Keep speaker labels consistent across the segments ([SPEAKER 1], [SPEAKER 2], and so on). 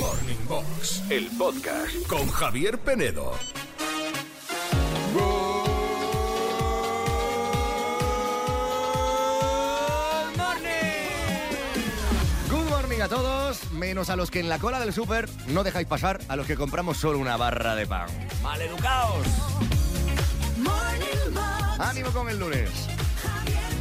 [SPEAKER 1] Morning Box, el podcast con Javier Penedo.
[SPEAKER 2] Good morning a todos, menos a los que en la cola del súper no dejáis pasar, a los que compramos solo una barra de pan.
[SPEAKER 3] Maleducaos.
[SPEAKER 4] Morning Box,
[SPEAKER 2] Ánimo con el lunes.
[SPEAKER 4] Javier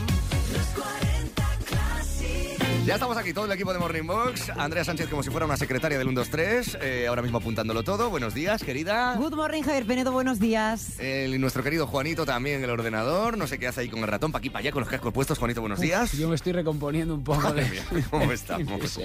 [SPEAKER 4] Penedo, los 40 Classic.
[SPEAKER 2] Ya estamos aquí, todo el equipo de Morning Box. Andrea Sánchez como si fuera una secretaria del 123, eh, ahora mismo apuntándolo todo. Buenos días, querida.
[SPEAKER 5] Good morning, Javier Penedo, buenos días.
[SPEAKER 2] El- nuestro querido Juanito también en el ordenador. No sé qué hace ahí con el ratón, pa' aquí, pa' allá, con los cascos puestos. Juanito, buenos días.
[SPEAKER 6] Yo me estoy recomponiendo un poco
[SPEAKER 2] Madre
[SPEAKER 6] de...
[SPEAKER 2] mía, ¿Cómo estamos?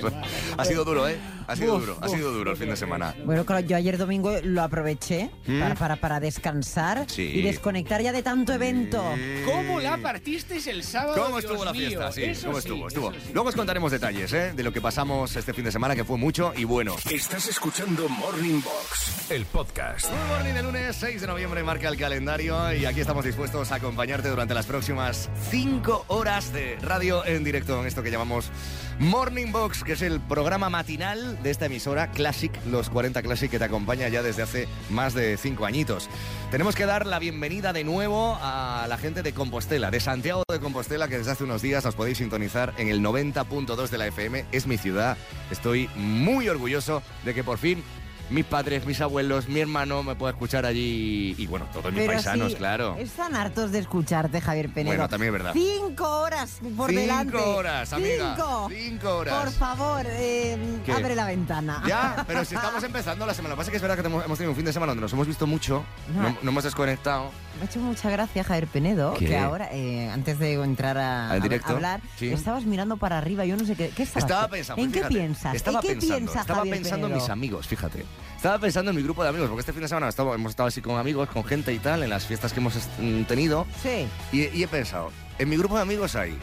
[SPEAKER 2] Ha sido duro, ¿eh? Ha sido duro, ha sido duro el fin de semana.
[SPEAKER 5] Bueno, claro, yo ayer domingo lo aproveché
[SPEAKER 2] ¿Mm?
[SPEAKER 5] para, para, para descansar
[SPEAKER 2] Sí.
[SPEAKER 5] y desconectar ya de tanto evento.
[SPEAKER 6] ¿Cómo la partisteis el sábado?
[SPEAKER 2] ¿Cómo estuvo
[SPEAKER 6] Dios
[SPEAKER 2] la
[SPEAKER 6] mío?
[SPEAKER 2] fiesta? Sí,
[SPEAKER 6] Eso
[SPEAKER 2] ¿cómo
[SPEAKER 6] sí,
[SPEAKER 2] estuvo?
[SPEAKER 6] eso
[SPEAKER 2] estuvo.
[SPEAKER 6] sí.
[SPEAKER 2] Luego os contaremos detalles ¿eh? de lo que pasamos este fin de semana, que fue mucho y bueno.
[SPEAKER 1] Estás escuchando Morning Box, el podcast.
[SPEAKER 2] Good morning de lunes 6 de noviembre marca el calendario y aquí estamos dispuestos a acompañarte durante las próximas 5 horas de radio en directo en esto que llamamos Morning Box, que es el programa matinal de esta emisora Classic, los 40 Classic, que te acompaña ya desde hace más de 5 añitos. Tenemos que dar la bienvenida de nuevo a la gente de Compostela, de Santiago de Compostela, que desde hace unos días nos podéis sintonizar en el 90.2 de la FM. Es mi ciudad, estoy muy orgulloso de que por fin mis padres, mis abuelos, mi hermano me puede escuchar allí y bueno, todos mis
[SPEAKER 5] Pero
[SPEAKER 2] paisanos,
[SPEAKER 5] sí,
[SPEAKER 2] claro.
[SPEAKER 5] Están hartos de escucharte, Javier Penedo.
[SPEAKER 2] Bueno, también es verdad.
[SPEAKER 5] Cinco horas por
[SPEAKER 2] Cinco
[SPEAKER 5] delante.
[SPEAKER 2] horas, amiga.
[SPEAKER 5] Cinco.
[SPEAKER 2] Cinco horas.
[SPEAKER 5] Por favor, eh,
[SPEAKER 2] ¿Qué?
[SPEAKER 5] abre la ventana.
[SPEAKER 2] Ya, pero si estamos empezando la semana. Lo que pasa es que es verdad que tenemos- hemos tenido un fin de semana donde nos hemos visto mucho,
[SPEAKER 5] Ajá.
[SPEAKER 2] no, no hemos desconectado.
[SPEAKER 5] Me ha hecho mucha gracia, Javier Penedo,
[SPEAKER 2] ¿Qué?
[SPEAKER 5] que ahora, eh, antes de entrar a,
[SPEAKER 2] ¿Al
[SPEAKER 5] a-
[SPEAKER 2] directo?
[SPEAKER 5] a hablar,
[SPEAKER 2] Sí.
[SPEAKER 5] estabas mirando para arriba. Yo no sé qué. ¿Qué estabas
[SPEAKER 2] Estaba
[SPEAKER 5] pe-
[SPEAKER 2] pensando.
[SPEAKER 5] ¿En
[SPEAKER 2] fíjate,
[SPEAKER 5] qué piensas?
[SPEAKER 2] Estaba
[SPEAKER 5] ¿En qué
[SPEAKER 2] pensando,
[SPEAKER 5] piensa
[SPEAKER 2] estaba
[SPEAKER 5] Javier
[SPEAKER 2] pensando en
[SPEAKER 5] Penedo?
[SPEAKER 2] mis amigos, fíjate. Estaba pensando en mi grupo de amigos, porque este fin de semana estaba- hemos estado así con amigos, con gente y tal, en las fiestas que hemos est- mm, tenido.
[SPEAKER 5] Sí.
[SPEAKER 2] Y, y he pensado, en mi grupo de amigos hay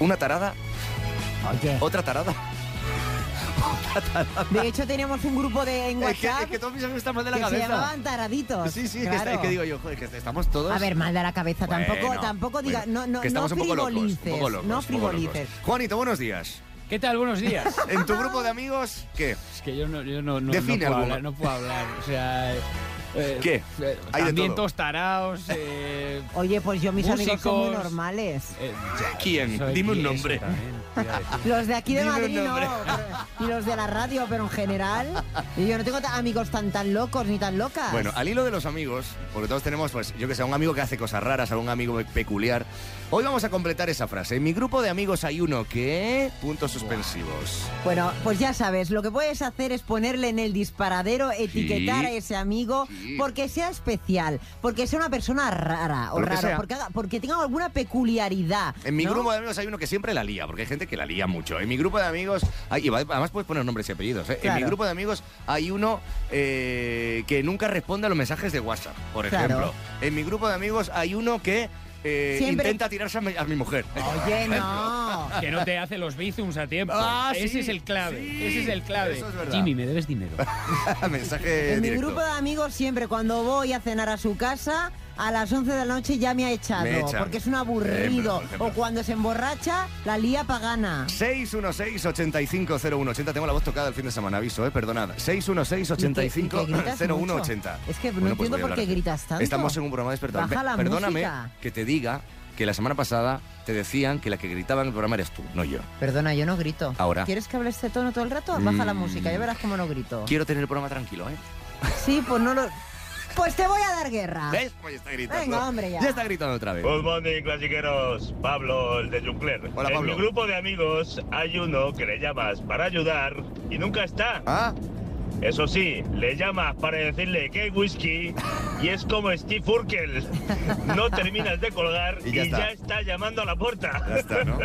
[SPEAKER 2] una tarada,
[SPEAKER 5] Oye.
[SPEAKER 2] otra tarada.
[SPEAKER 5] De hecho, teníamos un grupo de, en
[SPEAKER 2] Es que,
[SPEAKER 5] WhatsApp
[SPEAKER 2] es que todos mis amigos están mal de la
[SPEAKER 5] que se
[SPEAKER 2] cabeza.
[SPEAKER 5] llamaban taraditos.
[SPEAKER 2] Sí, sí, es que
[SPEAKER 5] claro.
[SPEAKER 2] está- es que digo yo, joder, que estamos todos.
[SPEAKER 5] A ver, mal de la cabeza.
[SPEAKER 2] Bueno,
[SPEAKER 5] tampoco tampoco diga.
[SPEAKER 2] bueno,
[SPEAKER 5] no, no,
[SPEAKER 2] que estamos
[SPEAKER 5] no
[SPEAKER 2] un poco locos, un
[SPEAKER 5] frivolices.
[SPEAKER 2] poco locos,
[SPEAKER 5] no
[SPEAKER 2] un poco locos.
[SPEAKER 5] frivolices.
[SPEAKER 2] Juanito, buenos días.
[SPEAKER 6] ¿Qué tal? Buenos días.
[SPEAKER 2] ¿En tu grupo de amigos qué?
[SPEAKER 6] Es que yo no, yo no, no- no
[SPEAKER 2] Define
[SPEAKER 6] puedo
[SPEAKER 2] algo.
[SPEAKER 6] hablar, no puedo hablar. O sea... eh,
[SPEAKER 2] ¿Qué?
[SPEAKER 6] eh,
[SPEAKER 2] Hay de
[SPEAKER 6] también
[SPEAKER 2] todo.
[SPEAKER 6] tostaraos, eh,
[SPEAKER 5] Oye, pues yo mis amigos son muy
[SPEAKER 6] Músicos.
[SPEAKER 5] normales.
[SPEAKER 6] eh, ya,
[SPEAKER 2] ¿Quién?
[SPEAKER 6] soy-
[SPEAKER 2] Dime un
[SPEAKER 6] eso
[SPEAKER 2] nombre.
[SPEAKER 6] también, te iba a decir.
[SPEAKER 5] Los de aquí de
[SPEAKER 2] Dime un
[SPEAKER 5] Madrid no,
[SPEAKER 2] nombre.
[SPEAKER 5] pero- y los de la radio, pero en general. Y yo no tengo ta- amigos tan tan locos ni tan locas.
[SPEAKER 2] Bueno, al hilo de los amigos, porque todos tenemos, pues, yo que sé, un amigo que hace cosas raras, algún amigo pe- peculiar. Hoy vamos a completar esa frase. En mi grupo de amigos hay uno que. Puntos suspensivos.
[SPEAKER 5] Bueno, pues ya sabes, lo que puedes hacer es ponerle en el disparadero, etiquetar a ese amigo,
[SPEAKER 2] Sí.
[SPEAKER 5] porque sea especial, porque sea una persona rara o
[SPEAKER 2] Por lo que sea.
[SPEAKER 5] raro, porque, haga- porque tenga alguna peculiaridad.
[SPEAKER 2] En mi
[SPEAKER 5] ¿no?
[SPEAKER 2] grupo de amigos hay uno que siempre la lía, porque hay gente que la lía mucho. En mi grupo de amigos, hay, y va- además puedes poner nombres y apellidos. ¿eh? En mi
[SPEAKER 5] Claro.
[SPEAKER 2] grupo de amigos hay uno eh, que nunca responde a los mensajes de WhatsApp, por
[SPEAKER 5] Claro.
[SPEAKER 2] ejemplo. En mi grupo de amigos hay uno que eh,
[SPEAKER 5] Siempre-
[SPEAKER 2] intenta tirarse a mi, a mi mujer.
[SPEAKER 5] Oye, no.
[SPEAKER 6] Que no te hace los bizums a tiempo.
[SPEAKER 2] Ah,
[SPEAKER 6] ese
[SPEAKER 2] sí,
[SPEAKER 6] es el clave.
[SPEAKER 2] sí,
[SPEAKER 6] ese es el clave.
[SPEAKER 2] eso es verdad.
[SPEAKER 6] Jimmy, me debes dinero.
[SPEAKER 2] Mensaje
[SPEAKER 5] En mi
[SPEAKER 2] directo.
[SPEAKER 5] grupo de amigos siempre cuando voy a cenar a su casa a las 11 de la noche ya me ha echado
[SPEAKER 2] Me Eh, echan.
[SPEAKER 5] porque es un
[SPEAKER 2] Ejemplo,
[SPEAKER 5] aburrido
[SPEAKER 2] por ejemplo.
[SPEAKER 5] o cuando se emborracha la lía pagana.
[SPEAKER 2] 616-850180. Tengo la voz tocada el fin de semana, aviso, eh, perdonad.
[SPEAKER 5] Y que- y que gritas
[SPEAKER 2] 616-850180.
[SPEAKER 5] mucho. Es que no entiendo
[SPEAKER 2] pues voy a
[SPEAKER 5] por qué
[SPEAKER 2] hablar.
[SPEAKER 5] gritas tanto.
[SPEAKER 2] Estamos en un programa despertado.
[SPEAKER 5] Baja la
[SPEAKER 2] Perdóname
[SPEAKER 5] música.
[SPEAKER 2] que te diga que la semana pasada te decían que la que gritaba en el programa eres tú, no yo.
[SPEAKER 5] Perdona, yo no grito.
[SPEAKER 2] Ahora.
[SPEAKER 5] ¿Quieres que hable este tono todo el rato? Baja la
[SPEAKER 2] Mm.
[SPEAKER 5] música, ya verás cómo no grito.
[SPEAKER 2] Quiero tener el programa tranquilo, ¿eh?
[SPEAKER 5] Sí, pues no lo... Pues te voy a dar guerra.
[SPEAKER 2] ¿Ves? Pues ya está gritando.
[SPEAKER 5] Venga, hombre, ya.
[SPEAKER 2] Ya está gritando otra
[SPEAKER 7] Oh.
[SPEAKER 2] vez.
[SPEAKER 8] Good morning, clasiqueros. Pablo, el de Juncler.
[SPEAKER 2] Hola,
[SPEAKER 8] en mi
[SPEAKER 2] Pablo.
[SPEAKER 8] grupo de amigos hay uno que le llamas para ayudar y nunca está.
[SPEAKER 2] Ah,
[SPEAKER 8] Eso sí, le llamas para decirle que hay whisky y es como Steve Urkel. No terminas de colgar
[SPEAKER 2] Y
[SPEAKER 8] y
[SPEAKER 2] ya
[SPEAKER 8] ya,
[SPEAKER 2] está.
[SPEAKER 8] está. llamando a la puerta.
[SPEAKER 2] ya está, ¿no?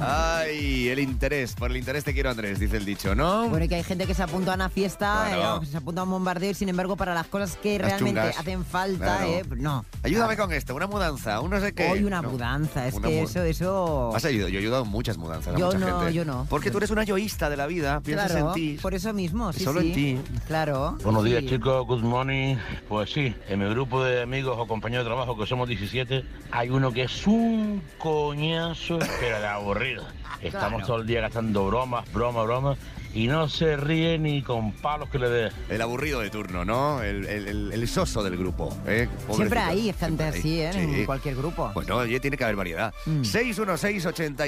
[SPEAKER 2] Ay, el interés. Por el interés te quiero, Andrés, dice el dicho, ¿no?
[SPEAKER 5] Bueno, y que hay gente que se apunta a una fiesta,
[SPEAKER 2] Claro.
[SPEAKER 5] eh, o que se apunta a un bombardeo y sin embargo para las cosas que
[SPEAKER 2] Las
[SPEAKER 5] realmente
[SPEAKER 2] chungas.
[SPEAKER 5] hacen falta,
[SPEAKER 2] Claro.
[SPEAKER 5] eh, no.
[SPEAKER 2] Ayúdame con esto, una mudanza, un no sé qué.
[SPEAKER 5] Hoy una
[SPEAKER 2] No.
[SPEAKER 5] mudanza, es
[SPEAKER 2] Una
[SPEAKER 5] que
[SPEAKER 2] mu-
[SPEAKER 5] eso, eso...
[SPEAKER 2] Has ayudado, yo he ayudado en muchas mudanzas. a
[SPEAKER 5] Yo
[SPEAKER 2] mucha
[SPEAKER 5] no,
[SPEAKER 2] gente.
[SPEAKER 5] yo no.
[SPEAKER 2] Porque tú eres una yoísta de la vida, piensas
[SPEAKER 5] claro,
[SPEAKER 2] en ti.
[SPEAKER 5] por eso mismo, sí,
[SPEAKER 2] Solo
[SPEAKER 5] sí.
[SPEAKER 2] en
[SPEAKER 3] ti.
[SPEAKER 5] Claro.
[SPEAKER 9] Buenos días
[SPEAKER 5] Sí.
[SPEAKER 9] chicos, good morning. Pues sí, en mi grupo de amigos o compañeros de trabajo, que somos 17, hay uno que es un coñazo, pero de aburrido. Estamos
[SPEAKER 5] Claro.
[SPEAKER 9] todo el día gastando bromas, bromas, bromas, y no se ríe ni con palos que le dé.
[SPEAKER 2] El aburrido de turno, ¿no? El, el- el- el soso del grupo. ¿eh?
[SPEAKER 5] Siempre
[SPEAKER 2] Pobrecito.
[SPEAKER 5] hay gente
[SPEAKER 2] Siempre hay.
[SPEAKER 5] así, ¿eh?
[SPEAKER 2] Sí.
[SPEAKER 5] En cualquier grupo.
[SPEAKER 2] Pues no, oye, tiene que haber variedad.
[SPEAKER 5] Mm.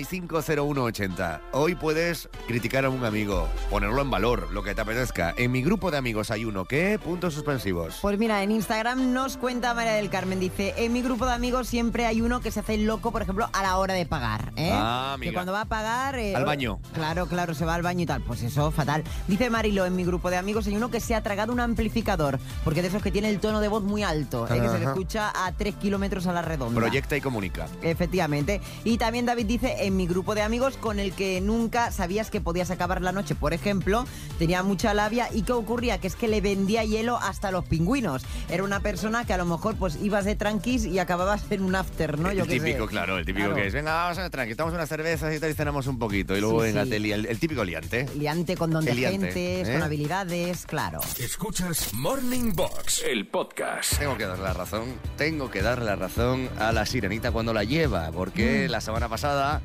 [SPEAKER 2] 616-850180. Hoy puedes criticar a un amigo, ponerlo en valor, lo que te apetezca. En mi grupo de amigos hay uno que... Puntos suspensivos.
[SPEAKER 5] Pues mira, en Instagram nos cuenta María del Carmen, dice, en mi grupo de amigos siempre hay uno que se hace loco, por ejemplo, a la hora de pagar. ¿eh?
[SPEAKER 2] Ah, amiga.
[SPEAKER 5] Que cuando va a pagar... eh,
[SPEAKER 2] Al baño.
[SPEAKER 5] Claro, claro, se va al baño y tal. Pues eso, fatal. Dice Marilo, en mi grupo de amigos hay uno que se ha tragado un amplificador, porque de esos que tiene el tono de voz muy alto, ¿eh? que se le
[SPEAKER 2] Ajá.
[SPEAKER 5] escucha a 3 kilómetros a la redonda.
[SPEAKER 2] Proyecta y comunica.
[SPEAKER 5] Efectivamente. Y también David dice, en mi grupo de amigos con el que nunca sabías que podías acabar la noche, por ejemplo, tenía mucha labia y ¿qué ocurría? Que es que le vendía hielo hasta los pingüinos. Era una persona que a lo mejor pues ibas de tranquis y acababas en un after, ¿no?
[SPEAKER 2] el
[SPEAKER 5] qué sé.
[SPEAKER 2] Eh, típico, claro, el típico
[SPEAKER 5] Claro.
[SPEAKER 2] que es, venga, vamos a tranqui, estamos unas cervezas y tal, y cenamos un poquito. Y luego,
[SPEAKER 5] Sí,
[SPEAKER 2] venga,
[SPEAKER 5] sí.
[SPEAKER 2] te lía- el, el típico liante.
[SPEAKER 5] Liante con don de
[SPEAKER 2] El liante,
[SPEAKER 5] gentes,
[SPEAKER 2] ¿eh?
[SPEAKER 5] con habilidades, claro.
[SPEAKER 1] Escuchas Morning Box, el podcast.
[SPEAKER 2] Tengo que dar la razón, tengo que dar la razón a la sirenita cuando la lleva, porque la semana pasada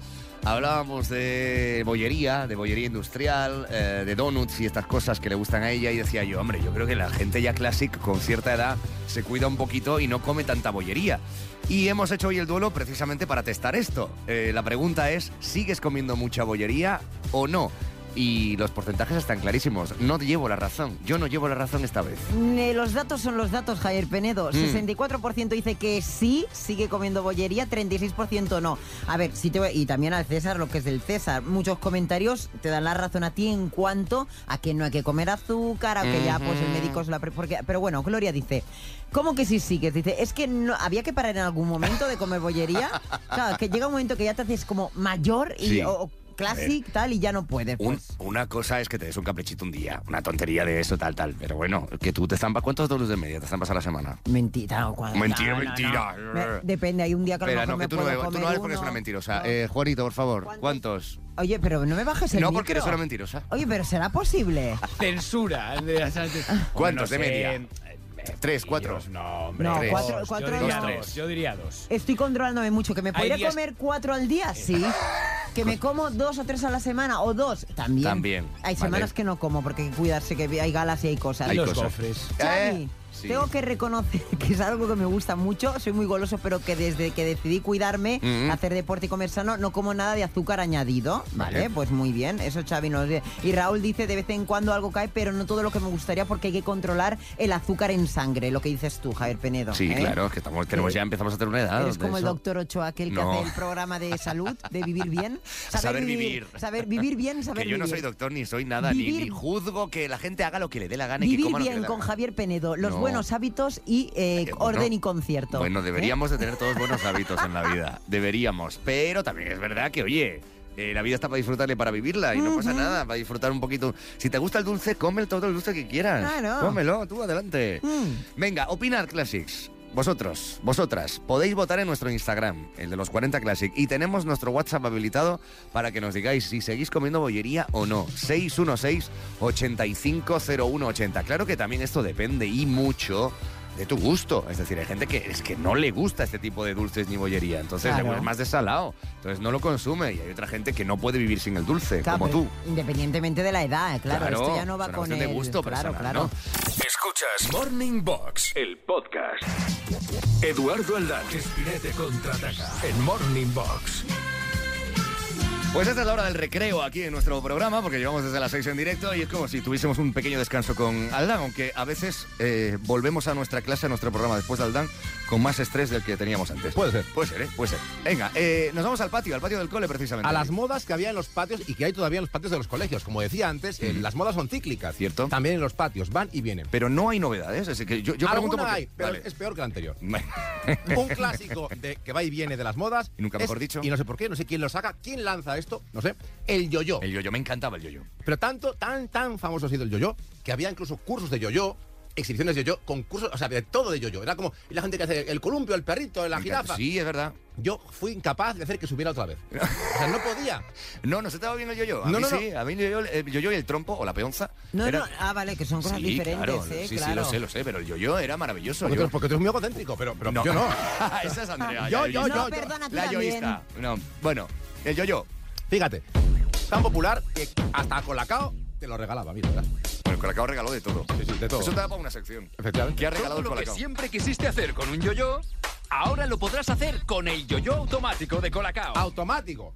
[SPEAKER 2] hablábamos de bollería, de bollería industrial, eh, de donuts y estas cosas que le gustan a ella y decía yo, hombre, yo creo que la gente ya classic con cierta edad se cuida un poquito y no come tanta bollería. Y hemos hecho hoy el duelo precisamente para testar esto. Eh, la pregunta es, ¿sigues comiendo mucha bollería o no? Y los porcentajes están clarísimos. No llevo la razón. Yo no llevo la razón esta vez.
[SPEAKER 5] Eh, Los datos son los datos, Javier Penedo.
[SPEAKER 2] Mm.
[SPEAKER 5] 64% dice que sí, sigue comiendo bollería, 36% no. A ver, si te voy- y también al César, lo que es del César. Muchos comentarios te dan la razón a ti en cuanto a que no hay que comer azúcar, a que ya pues el
[SPEAKER 2] Ujú.
[SPEAKER 5] médico se la... pre- Porque, pero bueno, Gloria dice, ¿cómo que sí sigues? Dice, es que no, había que parar en algún momento de comer bollería. Claro, que llega un momento que ya te haces como mayor y...
[SPEAKER 2] Sí.
[SPEAKER 5] o- o classic, tal, y ya no puedes.
[SPEAKER 2] Un-
[SPEAKER 5] pues.
[SPEAKER 2] una cosa es que te des un caprichito un día, una tontería de eso, tal, tal. Pero bueno, que tú te zampas. ¿Cuántos dobles de media te zampas a la semana?
[SPEAKER 5] Mentira, no, cuando-
[SPEAKER 2] Mentira,
[SPEAKER 5] Ah, no, no,
[SPEAKER 2] mentira.
[SPEAKER 5] no. Me- Depende, hay un día que a lo
[SPEAKER 2] Espera,
[SPEAKER 5] mejor
[SPEAKER 2] no, que
[SPEAKER 5] me
[SPEAKER 2] tú no,
[SPEAKER 5] puedo
[SPEAKER 2] tú
[SPEAKER 5] comer
[SPEAKER 2] no hables porque es una
[SPEAKER 5] uno.
[SPEAKER 2] mentirosa.
[SPEAKER 5] No.
[SPEAKER 2] Eh, Juanito, por favor, ¿cuántos?
[SPEAKER 5] Oye, pero no me bajes el
[SPEAKER 2] No, porque eres
[SPEAKER 5] micro.
[SPEAKER 2] una mentirosa.
[SPEAKER 5] Oye, pero ¿será posible?
[SPEAKER 6] Censura. de- o sea, de-
[SPEAKER 2] ¿Cuántos
[SPEAKER 6] Hombre,
[SPEAKER 2] de media?
[SPEAKER 6] eh, eh,
[SPEAKER 2] Tres, cuatro.
[SPEAKER 6] Dios, no, hombre.
[SPEAKER 5] No,
[SPEAKER 6] dos,
[SPEAKER 5] cuatro- cuatro
[SPEAKER 6] yo diría
[SPEAKER 2] no.
[SPEAKER 6] dos. Yo diría dos.
[SPEAKER 5] Estoy controlándome mucho, que me
[SPEAKER 6] Hay
[SPEAKER 5] podría
[SPEAKER 6] días- Eh.
[SPEAKER 5] comer cuatro al día, sí. Que me como dos o tres a la semana, o dos, también.
[SPEAKER 2] También,
[SPEAKER 5] Hay
[SPEAKER 2] vale.
[SPEAKER 5] semanas que no como, porque hay que cuidarse, que hay galas y hay cosas.
[SPEAKER 2] Hay
[SPEAKER 6] los
[SPEAKER 2] cosas.
[SPEAKER 6] gofres.
[SPEAKER 5] Xavi,
[SPEAKER 2] ¿Eh? Sí.
[SPEAKER 5] tengo que reconocer que es algo que me gusta mucho, soy muy goloso, pero que desde que decidí cuidarme,
[SPEAKER 2] Mm.
[SPEAKER 5] hacer deporte y comer sano, no como nada de azúcar añadido, ¿vale?
[SPEAKER 2] Vale.
[SPEAKER 5] Pues muy bien, eso Xavi nos dice. Y Raúl dice, de vez en cuando algo cae, pero no todo lo que me gustaría porque hay que controlar el azúcar en sangre, lo que dices tú, Javier Penedo.
[SPEAKER 2] Sí,
[SPEAKER 5] ¿eh?
[SPEAKER 2] claro, es que estamos, tenemos ya empezamos a tener una edad.
[SPEAKER 5] Eres
[SPEAKER 2] donde
[SPEAKER 5] como el
[SPEAKER 2] eso-
[SPEAKER 5] doctor Ochoa, aquel que
[SPEAKER 2] No.
[SPEAKER 5] hace el programa de salud, de vivir bien.
[SPEAKER 2] Saber vivir.
[SPEAKER 5] Saber vivir bien, saber
[SPEAKER 2] Que yo no
[SPEAKER 5] vivir.
[SPEAKER 2] soy doctor ni soy nada, ni,
[SPEAKER 5] Vivir-
[SPEAKER 2] ni juzgo que la gente haga lo que le dé la gana y que
[SPEAKER 5] Vivir
[SPEAKER 2] coma lo que
[SPEAKER 5] bien
[SPEAKER 2] le dé la
[SPEAKER 5] con
[SPEAKER 2] gana.
[SPEAKER 5] Javier Penedo, los
[SPEAKER 2] No.
[SPEAKER 5] buenos hábitos y eh,
[SPEAKER 2] Eh, bueno.
[SPEAKER 5] orden y concierto.
[SPEAKER 2] Bueno,
[SPEAKER 5] ¿Eh?
[SPEAKER 2] deberíamos de tener todos buenos hábitos en la vida. Deberíamos. Pero también es verdad que, oye, eh, la vida está para disfrutarla y para vivirla. Y no pasa nada, para disfrutar un poquito. Si te gusta el dulce, come todo el dulce que quieras.
[SPEAKER 5] Claro.
[SPEAKER 2] Cómelo, tú adelante.
[SPEAKER 5] Mm.
[SPEAKER 2] Venga, opinar Classics. Vosotros, vosotras, podéis votar en nuestro Instagram, el de los 40 Classic, y tenemos nuestro WhatsApp habilitado para que nos digáis si seguís comiendo bollería o no. 616-850180. Claro que también esto depende y mucho de tu gusto. Es decir, hay gente que es que no le gusta este tipo de dulces ni bollería. Entonces,
[SPEAKER 5] Claro.
[SPEAKER 2] alguno es más desalado. Entonces, no lo consume. Y hay otra gente que no puede vivir sin el dulce,
[SPEAKER 5] Claro,
[SPEAKER 2] como
[SPEAKER 5] pero
[SPEAKER 2] tú.
[SPEAKER 5] Independientemente de la edad, eh, claro, esto ya no va
[SPEAKER 2] es una
[SPEAKER 5] con
[SPEAKER 2] cuestión
[SPEAKER 5] el
[SPEAKER 2] de gusto
[SPEAKER 5] claro,
[SPEAKER 2] personal,
[SPEAKER 5] claro.
[SPEAKER 2] ¿no?
[SPEAKER 1] Escuchas Morning Box, el podcast. Eduardo Aldán, Espinete contraataca en Morning Box.
[SPEAKER 2] Pues esta es la hora del recreo aquí en nuestro programa, porque llevamos desde las 6 en directo y es como si tuviésemos un pequeño descanso con Aldán, aunque a veces eh, volvemos a nuestra clase, a nuestro programa después de Aldán, con más estrés del que teníamos antes.
[SPEAKER 10] Puede ser.
[SPEAKER 2] Puede ser, ¿eh? Puede ser. Venga, eh, nos vamos al patio, al patio del cole precisamente.
[SPEAKER 10] A las modas que había en los patios y que hay todavía en los patios de los colegios. Como decía antes, eh, las modas son cíclicas.
[SPEAKER 2] Cierto.
[SPEAKER 10] También en los patios, van y vienen.
[SPEAKER 2] Pero no hay novedades, así que yo, yo pregunto
[SPEAKER 10] Alguna
[SPEAKER 2] por qué.
[SPEAKER 10] hay, pero
[SPEAKER 2] Vale.
[SPEAKER 10] es peor que la anterior.
[SPEAKER 2] Bueno.
[SPEAKER 10] Un clásico de que va y viene de las modas.
[SPEAKER 2] Y nunca
[SPEAKER 10] es-
[SPEAKER 2] mejor dicho.
[SPEAKER 10] Y no sé por qué, no sé quién lo saca, quién lanza esto, no sé. El yo-yo.
[SPEAKER 2] El yo-yo, me encantaba el yo-yo.
[SPEAKER 10] Pero tanto, tan, tan famoso ha sido el yo-yo que había incluso cursos de yo-yo, exhibiciones de yo-yo, concursos, o sea, de todo de yo-yo. Era como y la gente que hace el columpio, el perrito, la
[SPEAKER 2] Me encanta-
[SPEAKER 10] jirafa.
[SPEAKER 2] Sí, es verdad.
[SPEAKER 10] yo fui incapaz de hacer que subiera otra vez. O sea, no podía.
[SPEAKER 2] No, no se estaba viendo yo yo.
[SPEAKER 10] No,
[SPEAKER 2] mí
[SPEAKER 10] no, no.
[SPEAKER 2] sí, a mí yo yo yo y el trompo o la peonza.
[SPEAKER 5] No,
[SPEAKER 2] era-
[SPEAKER 5] no, ah, vale, que son cosas
[SPEAKER 2] Sí,
[SPEAKER 5] diferentes,
[SPEAKER 2] claro,
[SPEAKER 5] ¿eh?
[SPEAKER 2] sí, sí,
[SPEAKER 5] claro.
[SPEAKER 2] lo sé, lo sé, pero el yo-yo era maravilloso.
[SPEAKER 10] Porque,
[SPEAKER 2] yo-
[SPEAKER 10] tú- porque tú eres muy egocéntrico, pero, pero yo no.
[SPEAKER 2] Esa es Andrea.
[SPEAKER 10] Yo,
[SPEAKER 2] la yoísta.
[SPEAKER 10] yo, yo,
[SPEAKER 5] No,
[SPEAKER 10] yo.
[SPEAKER 5] perdona, tú
[SPEAKER 2] La
[SPEAKER 5] también.
[SPEAKER 2] yoísta. No, bueno, el yo-yo.
[SPEAKER 10] Fíjate, tan popular que hasta con la cao te lo regalaba, mira, verás.
[SPEAKER 2] Bueno, Colacao regaló de todo.
[SPEAKER 10] Sí, sí, de todo.
[SPEAKER 2] Eso te da para una sección.
[SPEAKER 10] Efectivamente.
[SPEAKER 2] ¿Qué ha regalado
[SPEAKER 3] Todo
[SPEAKER 2] el
[SPEAKER 3] lo que
[SPEAKER 2] Colacao?
[SPEAKER 3] siempre quisiste hacer con un yo-yo, ahora lo podrás hacer con el yo-yo automático de Colacao.
[SPEAKER 10] Automático.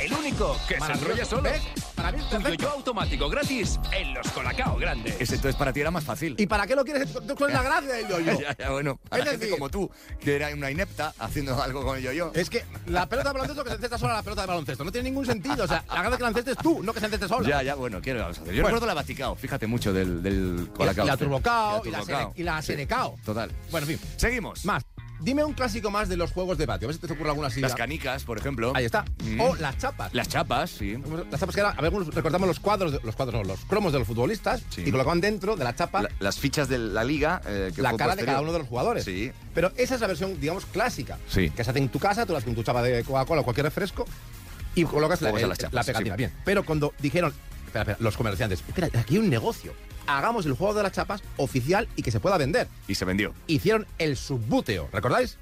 [SPEAKER 3] El único que se
[SPEAKER 10] Ah. Maravilloso.
[SPEAKER 3] enrolla solo.
[SPEAKER 10] ¿Ves? Para mí es
[SPEAKER 3] Tu
[SPEAKER 10] perfecto.
[SPEAKER 3] yo-yo automático gratis en los Colacao grandes.
[SPEAKER 2] Ese entonces para ti era más fácil.
[SPEAKER 10] ¿Y para qué lo quieres? ¿Tú- ¿Cuál es la gracia del yo-yo?
[SPEAKER 2] Ya, ya, bueno, a
[SPEAKER 10] Es
[SPEAKER 2] la gente
[SPEAKER 10] decir-
[SPEAKER 2] como tú, que era una inepta haciendo algo con el yo-yo.
[SPEAKER 10] Es que la pelota de baloncesto que se encesta sola la pelota de baloncesto. No tiene ningún sentido. O sea, la gracia que la encestes tú, no que se enceste sola.
[SPEAKER 2] Ya, ya, bueno, ¿qué le vamos a hacer? Yo
[SPEAKER 10] Bueno.
[SPEAKER 2] recuerdo la Vaticao, fíjate mucho del, del
[SPEAKER 10] Y la,
[SPEAKER 2] Colacao.
[SPEAKER 10] y la
[SPEAKER 2] este.
[SPEAKER 10] turbocao, y la,
[SPEAKER 2] Turbocao.
[SPEAKER 10] sene- y la
[SPEAKER 2] Sí,
[SPEAKER 10] senecao.
[SPEAKER 2] Total.
[SPEAKER 10] Bueno, en fin.
[SPEAKER 2] Seguimos.
[SPEAKER 10] Más. Dime un clásico más de los juegos de patio. A ver si te ocurre alguna así.
[SPEAKER 2] Las
[SPEAKER 10] ya.
[SPEAKER 2] canicas, por ejemplo.
[SPEAKER 10] Ahí está.
[SPEAKER 2] Mm.
[SPEAKER 10] O las chapas.
[SPEAKER 2] Las chapas, sí.
[SPEAKER 10] Las chapas que eran, a ver, algunos recordamos los cuadros, de- los cuadros, no, los cromos de los futbolistas
[SPEAKER 2] Sí.
[SPEAKER 10] y colocaban dentro de la chapa
[SPEAKER 2] La-
[SPEAKER 10] la,
[SPEAKER 2] las fichas de la liga. eh, que fue
[SPEAKER 10] cara de
[SPEAKER 2] posterior.
[SPEAKER 10] cada uno de los jugadores.
[SPEAKER 2] Sí.
[SPEAKER 10] Pero esa es la versión, digamos, clásica.
[SPEAKER 2] Sí.
[SPEAKER 10] Que se hace en tu casa, tú las con tu chapa de Coca-Cola o cualquier refresco y colocas la,
[SPEAKER 2] Juegos a
[SPEAKER 10] el-
[SPEAKER 2] las chapas,
[SPEAKER 10] la pegatina.
[SPEAKER 2] sí.
[SPEAKER 10] Bien. Pero cuando dijeron, espera, espera, los comerciantes, espera, aquí hay un negocio. Hagamos el juego de las chapas oficial y que se pueda vender.
[SPEAKER 2] Y se vendió.
[SPEAKER 10] Hicieron el subbuteo, ¿recordáis?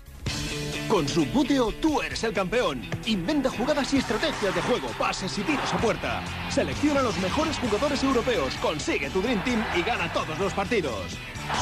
[SPEAKER 3] Con Subbuteo tú eres el campeón. Inventa jugadas y estrategias de juego, pases y tiros a puerta. Selecciona los mejores jugadores europeos, consigue tu Dream Team y gana todos los partidos.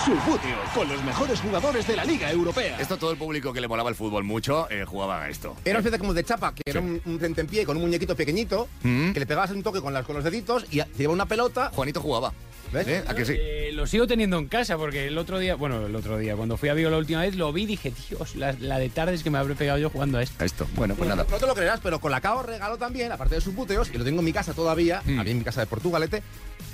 [SPEAKER 3] Subbuteo con los mejores jugadores de la Liga eh. Europea.
[SPEAKER 2] Esto todo el público que le molaba el fútbol mucho eh, jugaban a esto.
[SPEAKER 10] Era una especie como de chapa, que era un, un tentempié con un muñequito pequeñito,
[SPEAKER 2] Mm.
[SPEAKER 10] que le pegabas un toque con, las, con los deditos y a- te llevaba una pelota.
[SPEAKER 2] Juanito jugaba.
[SPEAKER 10] ¿Ves?
[SPEAKER 2] ¿Eh? ¿A que sí?
[SPEAKER 6] Eh, lo sigo teniendo en casa porque el otro día, bueno, el otro día, cuando fui a Vigo la última vez, lo vi y dije, Dios, la, la de tardes que me habré pegado yo jugando a esto.
[SPEAKER 2] A esto. Bueno, pues nada.
[SPEAKER 10] No te lo creerás, pero con la cao regaló también, aparte de sus buteos, y lo tengo en mi casa todavía,
[SPEAKER 2] Mm.
[SPEAKER 10] había en mi casa de Portugalete,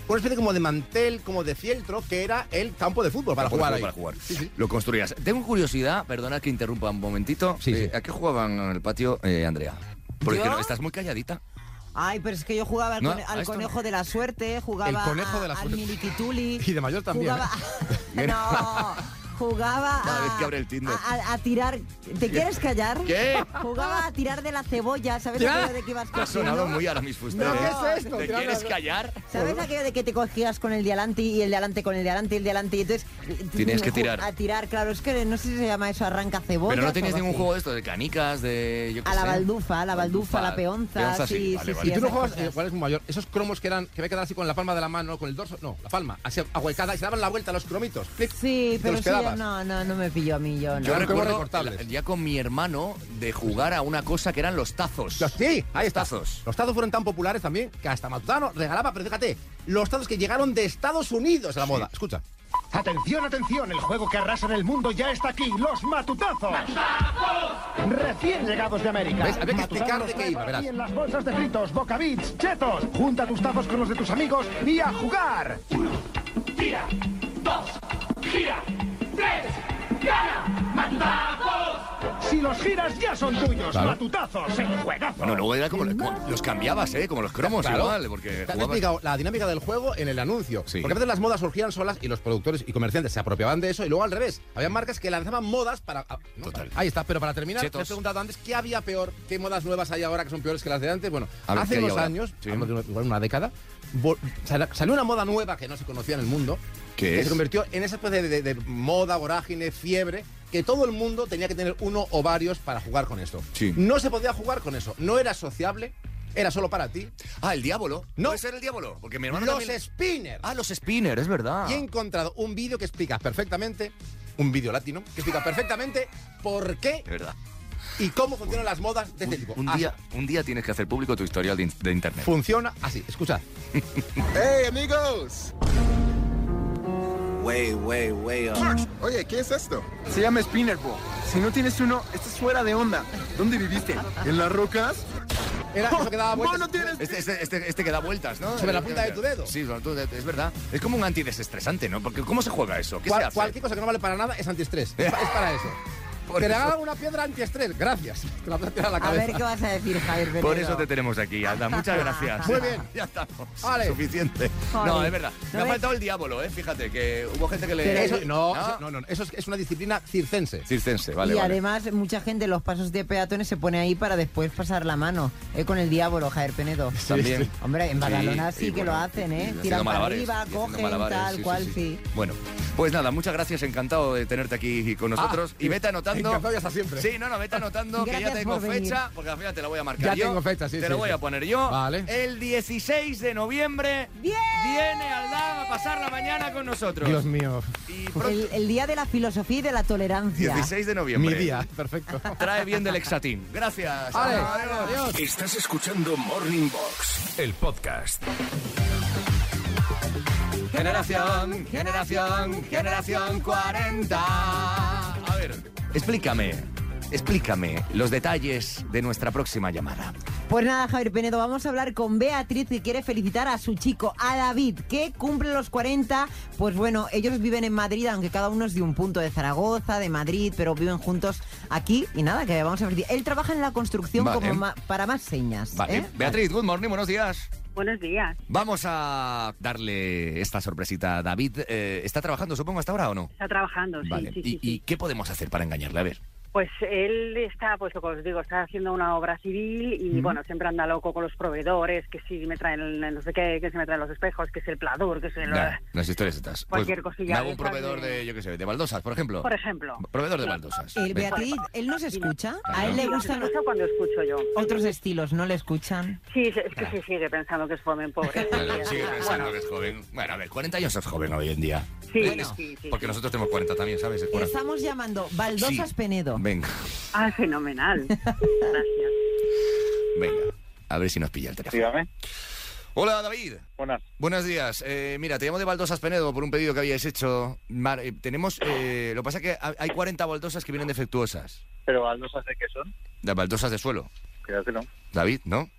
[SPEAKER 10] una especie como de mantel, como de fieltro, que era el campo de fútbol para
[SPEAKER 2] Campo de
[SPEAKER 10] jugar
[SPEAKER 2] fútbol
[SPEAKER 10] ahí.
[SPEAKER 2] Para jugar.
[SPEAKER 10] Sí, sí.
[SPEAKER 2] Lo construías. Tengo curiosidad, perdona que interrumpa un momentito.
[SPEAKER 10] Sí,
[SPEAKER 2] Eh,
[SPEAKER 10] sí.
[SPEAKER 2] ¿A qué jugaban en el patio, eh, Andrea? Porque
[SPEAKER 5] ¿Yo? Ah,
[SPEAKER 2] que no, estás muy calladita.
[SPEAKER 5] Ay, pero es que yo jugaba al,
[SPEAKER 2] No,
[SPEAKER 5] cone-
[SPEAKER 2] a
[SPEAKER 5] al
[SPEAKER 2] esto
[SPEAKER 5] conejo
[SPEAKER 2] no.
[SPEAKER 5] de la suerte, jugaba
[SPEAKER 10] El conejo de la
[SPEAKER 5] a- al
[SPEAKER 10] suerte.
[SPEAKER 5] miliquituli.
[SPEAKER 10] Y de mayor también,
[SPEAKER 5] Jugaba, no, jugaba
[SPEAKER 2] ¿eh? Cada vez
[SPEAKER 5] a,
[SPEAKER 2] que abre el Tinder.
[SPEAKER 5] a- a- a tirar... ¿Te quieres callar?
[SPEAKER 2] ¿Qué?
[SPEAKER 5] Jugaba a tirar de la cebolla, ¿sabes
[SPEAKER 10] Ya.
[SPEAKER 5] aquello de que ibas
[SPEAKER 2] Ha sonado
[SPEAKER 5] cogiendo?
[SPEAKER 2] muy ahora mis
[SPEAKER 10] ¿Pero
[SPEAKER 2] frustraciones.
[SPEAKER 10] qué es esto?
[SPEAKER 2] ¿Te
[SPEAKER 10] Tirando-
[SPEAKER 2] quieres callar?
[SPEAKER 5] ¿Sabes aquello de que te cogías con el de adelante y el de adelante con el de adelante y el de adelante? Y entonces... mm,
[SPEAKER 2] Tenías que
[SPEAKER 5] ju-
[SPEAKER 2] tirar.
[SPEAKER 5] A tirar, claro. Es que no sé si se llama eso arranca cebolla.
[SPEAKER 2] Pero no tenías ningún juego de esto, de canicas, de. Yo qué
[SPEAKER 5] A la
[SPEAKER 2] sé.
[SPEAKER 5] baldufa, a la baldufa, a la peonza, sí, sí,
[SPEAKER 2] vale,
[SPEAKER 5] sí,
[SPEAKER 2] vale.
[SPEAKER 10] ¿Y tú no
[SPEAKER 5] esas
[SPEAKER 10] jugabas,
[SPEAKER 5] cosas.
[SPEAKER 10] eh, cuál es muy mayor? Esos cromos que eran, que había que dar así con la palma de la mano, con el dorso, no, la palma, así ahuecada, y se daban la vuelta a los cromitos. ¡clic! y
[SPEAKER 5] Sí,
[SPEAKER 10] te
[SPEAKER 5] pero
[SPEAKER 10] los
[SPEAKER 5] sí,
[SPEAKER 10] quedabas.
[SPEAKER 5] no, no, no me pilló a mí yo. no.
[SPEAKER 2] Yo
[SPEAKER 10] Eran como
[SPEAKER 2] recuerdo
[SPEAKER 10] recortables.
[SPEAKER 2] el- ya con mi hermano de jugar a una cosa que eran los tazos.
[SPEAKER 10] Los- sí, ahí está.
[SPEAKER 2] tazos.
[SPEAKER 10] Los tazos fueron tan populares también que hasta Matutano regalaba, pero fíjate, los tazos que llegaron de Estados Unidos a la moda. Escucha.
[SPEAKER 11] Atención, atención, el juego que arrasa en el mundo ya está aquí, los matutazos. Recién llegados de América.
[SPEAKER 10] ¿Ves? Había que
[SPEAKER 11] Matutazos
[SPEAKER 10] explicar de qué
[SPEAKER 11] nueva
[SPEAKER 10] iba, verás.
[SPEAKER 11] aquí en las bolsas de fritos, bocabits, chetos. Junta tus tazos con los de tus amigos y a jugar. Si los giras ya son tuyos,
[SPEAKER 10] Claro.
[SPEAKER 11] matutazos, el juegazo.
[SPEAKER 2] Bueno, luego era como como- los cambiabas, ¿eh? Como los cromos
[SPEAKER 10] Claro.
[SPEAKER 2] igual, porque
[SPEAKER 10] Te han
[SPEAKER 2] jugabas.
[SPEAKER 10] explicado la dinámica del juego en el anuncio.
[SPEAKER 2] Sí.
[SPEAKER 10] Porque a veces las modas surgían solas y los productores y comerciantes se apropiaban de eso y luego al revés. Había marcas que lanzaban modas para... ah, no,
[SPEAKER 2] Mm. Total.
[SPEAKER 10] Ahí está, pero para terminar,
[SPEAKER 2] Chetos.
[SPEAKER 10] te he preguntado antes qué había peor, qué modas nuevas hay ahora que son peores que las de antes. Bueno,
[SPEAKER 2] A ver, ¿qué
[SPEAKER 10] hace
[SPEAKER 2] hay
[SPEAKER 10] unos
[SPEAKER 2] ahora?
[SPEAKER 10] años,
[SPEAKER 2] Sí.
[SPEAKER 10] hablamos de una- igual una década, vol- sal- salió una moda nueva que no se conocía en el mundo,
[SPEAKER 2] ¿Qué
[SPEAKER 10] que
[SPEAKER 2] es?
[SPEAKER 10] se convirtió en esa especie de, de- de moda, vorágine, fiebre, que todo el mundo tenía que tener uno o varios para jugar con esto.
[SPEAKER 2] Sí.
[SPEAKER 10] No se podía jugar con eso, no era sociable, era solo para ti.
[SPEAKER 2] Ah, el diablo.
[SPEAKER 10] No.
[SPEAKER 2] ¿Puede ser el diablo? Porque mi hermano
[SPEAKER 10] Los
[SPEAKER 2] también-
[SPEAKER 10] spinners.
[SPEAKER 2] Ah, los spinners, es verdad.
[SPEAKER 10] Y he encontrado un vídeo que explica perfectamente, un vídeo latino, que explica perfectamente por qué
[SPEAKER 2] Es verdad.
[SPEAKER 10] y cómo funcionan las modas de este
[SPEAKER 2] Un,
[SPEAKER 10] tipo.
[SPEAKER 2] un
[SPEAKER 10] Así.
[SPEAKER 2] día, un día tienes que hacer público tu historial de, in- de internet.
[SPEAKER 10] Funciona así, escuchad.
[SPEAKER 12] ¡Hey, amigos! Oye, ¿qué es esto? Se llama Spinner Ball. Si no tienes uno, estás fuera de onda. ¿Dónde viviste? ¿En las rocas?
[SPEAKER 10] Era eso que daba vueltas.
[SPEAKER 12] ¡No, no tienes!
[SPEAKER 2] Este, este, este- este que da vueltas, ¿no?
[SPEAKER 10] Sobre la punta de tu dedo.
[SPEAKER 2] Sí, sobre tu dedo, es verdad. Es como un antidesestresante, ¿no? Porque ¿cómo se juega eso? ¿Qué
[SPEAKER 10] Cual-
[SPEAKER 2] se hace?
[SPEAKER 10] cualquier cosa que no vale para nada es antiestrés. Es, pa- es para eso. Que le haga una piedra antiestrés. Gracias. Te la voy a tirar a la
[SPEAKER 5] A
[SPEAKER 10] cabeza.
[SPEAKER 5] ver qué vas a decir, Javier Venedo.
[SPEAKER 2] Por eso te tenemos aquí, Alda. Muchas gracias.
[SPEAKER 10] Muy bien.
[SPEAKER 2] Ya estamos.
[SPEAKER 10] Vale.
[SPEAKER 2] Suficiente.
[SPEAKER 10] Joder.
[SPEAKER 2] No, es verdad.
[SPEAKER 10] ¿No
[SPEAKER 2] Me ha
[SPEAKER 10] ves?
[SPEAKER 2] faltado el diablo, ¿eh? Fíjate, que hubo gente que le... "Ah,
[SPEAKER 10] Eso- no, eso- no, no, eso es, es una disciplina circense.
[SPEAKER 2] Circense, vale,
[SPEAKER 5] y
[SPEAKER 2] vale.
[SPEAKER 5] además, mucha gente en los pasos de peatones se pone ahí para después pasar la mano. eh, con el diablo, Javier Penedo.
[SPEAKER 2] También.
[SPEAKER 5] Hombre, en Badalona
[SPEAKER 2] y
[SPEAKER 5] sí, que
[SPEAKER 2] bueno,
[SPEAKER 5] lo hacen, ¿eh?
[SPEAKER 2] haciendo
[SPEAKER 5] Tiran para
[SPEAKER 2] malabares, y
[SPEAKER 5] arriba,
[SPEAKER 2] haciendo
[SPEAKER 5] cogen,
[SPEAKER 2] malabares,
[SPEAKER 5] tal
[SPEAKER 2] sí, sí,
[SPEAKER 5] cual,
[SPEAKER 2] sí.
[SPEAKER 5] sí.
[SPEAKER 2] Bueno, pues nada, muchas gracias, encantado de tenerte aquí con nosotros. y vete anotando.
[SPEAKER 10] Ah, encantado y hasta siempre.
[SPEAKER 2] Sí, no, no, vete anotando que ya
[SPEAKER 10] Gracias
[SPEAKER 2] tengo
[SPEAKER 10] por venir.
[SPEAKER 2] fecha, porque al final te la voy a marcar
[SPEAKER 10] Ya
[SPEAKER 2] yo.
[SPEAKER 10] tengo fecha, sí,
[SPEAKER 2] Te
[SPEAKER 10] sí,
[SPEAKER 2] la voy
[SPEAKER 10] sí.
[SPEAKER 2] a poner yo.
[SPEAKER 10] Vale.
[SPEAKER 2] El 16 de noviembre viene Aldán a pasar la mañana con nosotros.
[SPEAKER 10] Dios mío.
[SPEAKER 5] Pues El, el día de la filosofía y de la tolerancia.
[SPEAKER 2] 16 de noviembre.
[SPEAKER 10] Mi día, perfecto.
[SPEAKER 2] Trae bien del Exatín. Gracias.
[SPEAKER 1] Estás escuchando Morning Box, el podcast.
[SPEAKER 2] Generación, generación, generación 40. A ver, explícame, explícame los detalles de nuestra próxima llamada.
[SPEAKER 5] Pues nada, Javier Penedo, vamos a hablar con Beatriz que quiere felicitar a su chico, a David, que cumple los 40. Pues bueno, ellos viven en Madrid, aunque cada uno es de un punto de Zaragoza, de Madrid, pero viven juntos aquí y nada, que vamos a felicitar. Él trabaja en la construcción
[SPEAKER 2] Vale.
[SPEAKER 5] como ma- para más señas.
[SPEAKER 2] Vale,
[SPEAKER 5] ¿eh?
[SPEAKER 2] Beatriz, good morning, buenos días.
[SPEAKER 13] Buenos días.
[SPEAKER 2] Vamos a darle esta sorpresita a David. Eh, ¿Está trabajando, supongo, hasta ahora o no?
[SPEAKER 13] Está trabajando, sí,
[SPEAKER 2] Vale,
[SPEAKER 13] sí,
[SPEAKER 2] ¿Y,
[SPEAKER 13] sí, sí.
[SPEAKER 2] y qué podemos hacer para engañarle? A ver.
[SPEAKER 13] Pues él está, pues lo que os digo, está haciendo una obra civil y
[SPEAKER 2] Ujú.
[SPEAKER 13] bueno, siempre anda loco con los proveedores, que si me traen el no sé qué, que si me traen los espejos, que si el pladur, que si el...
[SPEAKER 2] Nah, las historias estas. Pues,
[SPEAKER 13] Cualquier cosilla
[SPEAKER 2] me hago un
[SPEAKER 13] de esas
[SPEAKER 2] proveedor de, yo qué sé, de baldosas, por ejemplo.
[SPEAKER 13] Por ejemplo.
[SPEAKER 2] Proveedor de baldosas.
[SPEAKER 5] El
[SPEAKER 2] Venga.
[SPEAKER 5] Beatriz, él no se escucha. A él
[SPEAKER 13] Sí,
[SPEAKER 5] le
[SPEAKER 13] yo
[SPEAKER 5] gustan
[SPEAKER 13] escucho cuando escucho yo.
[SPEAKER 5] otros estilos, ¿no le escuchan?
[SPEAKER 13] Sí, es es que se sigue pensando que es joven, pobre.
[SPEAKER 2] Vale, sigue pensando que es joven. Bueno, a ver, 40 años es joven hoy en día.
[SPEAKER 13] Sí,
[SPEAKER 2] Eh,
[SPEAKER 13] sí, sí,
[SPEAKER 2] Porque nosotros tenemos 40 también, ¿sabes? Bueno,
[SPEAKER 5] Estamos llamando Baldosas
[SPEAKER 2] Sí.
[SPEAKER 5] Penedo.
[SPEAKER 2] venga,
[SPEAKER 13] Ah, fenomenal. Gracias.
[SPEAKER 2] venga. A ver si nos pilla el teléfono. Hola, David. Buenas. Buenos días. Eh, mira, te llamo de Baldosas Penedo por un pedido que habíais hecho. Mar- eh, tenemos... eh, lo que pasa es que ha- hay 40 baldosas que vienen defectuosas.
[SPEAKER 14] Pero baldosas de qué son?
[SPEAKER 2] Las baldosas de suelo.
[SPEAKER 14] Creo que no.
[SPEAKER 2] David, ¿no?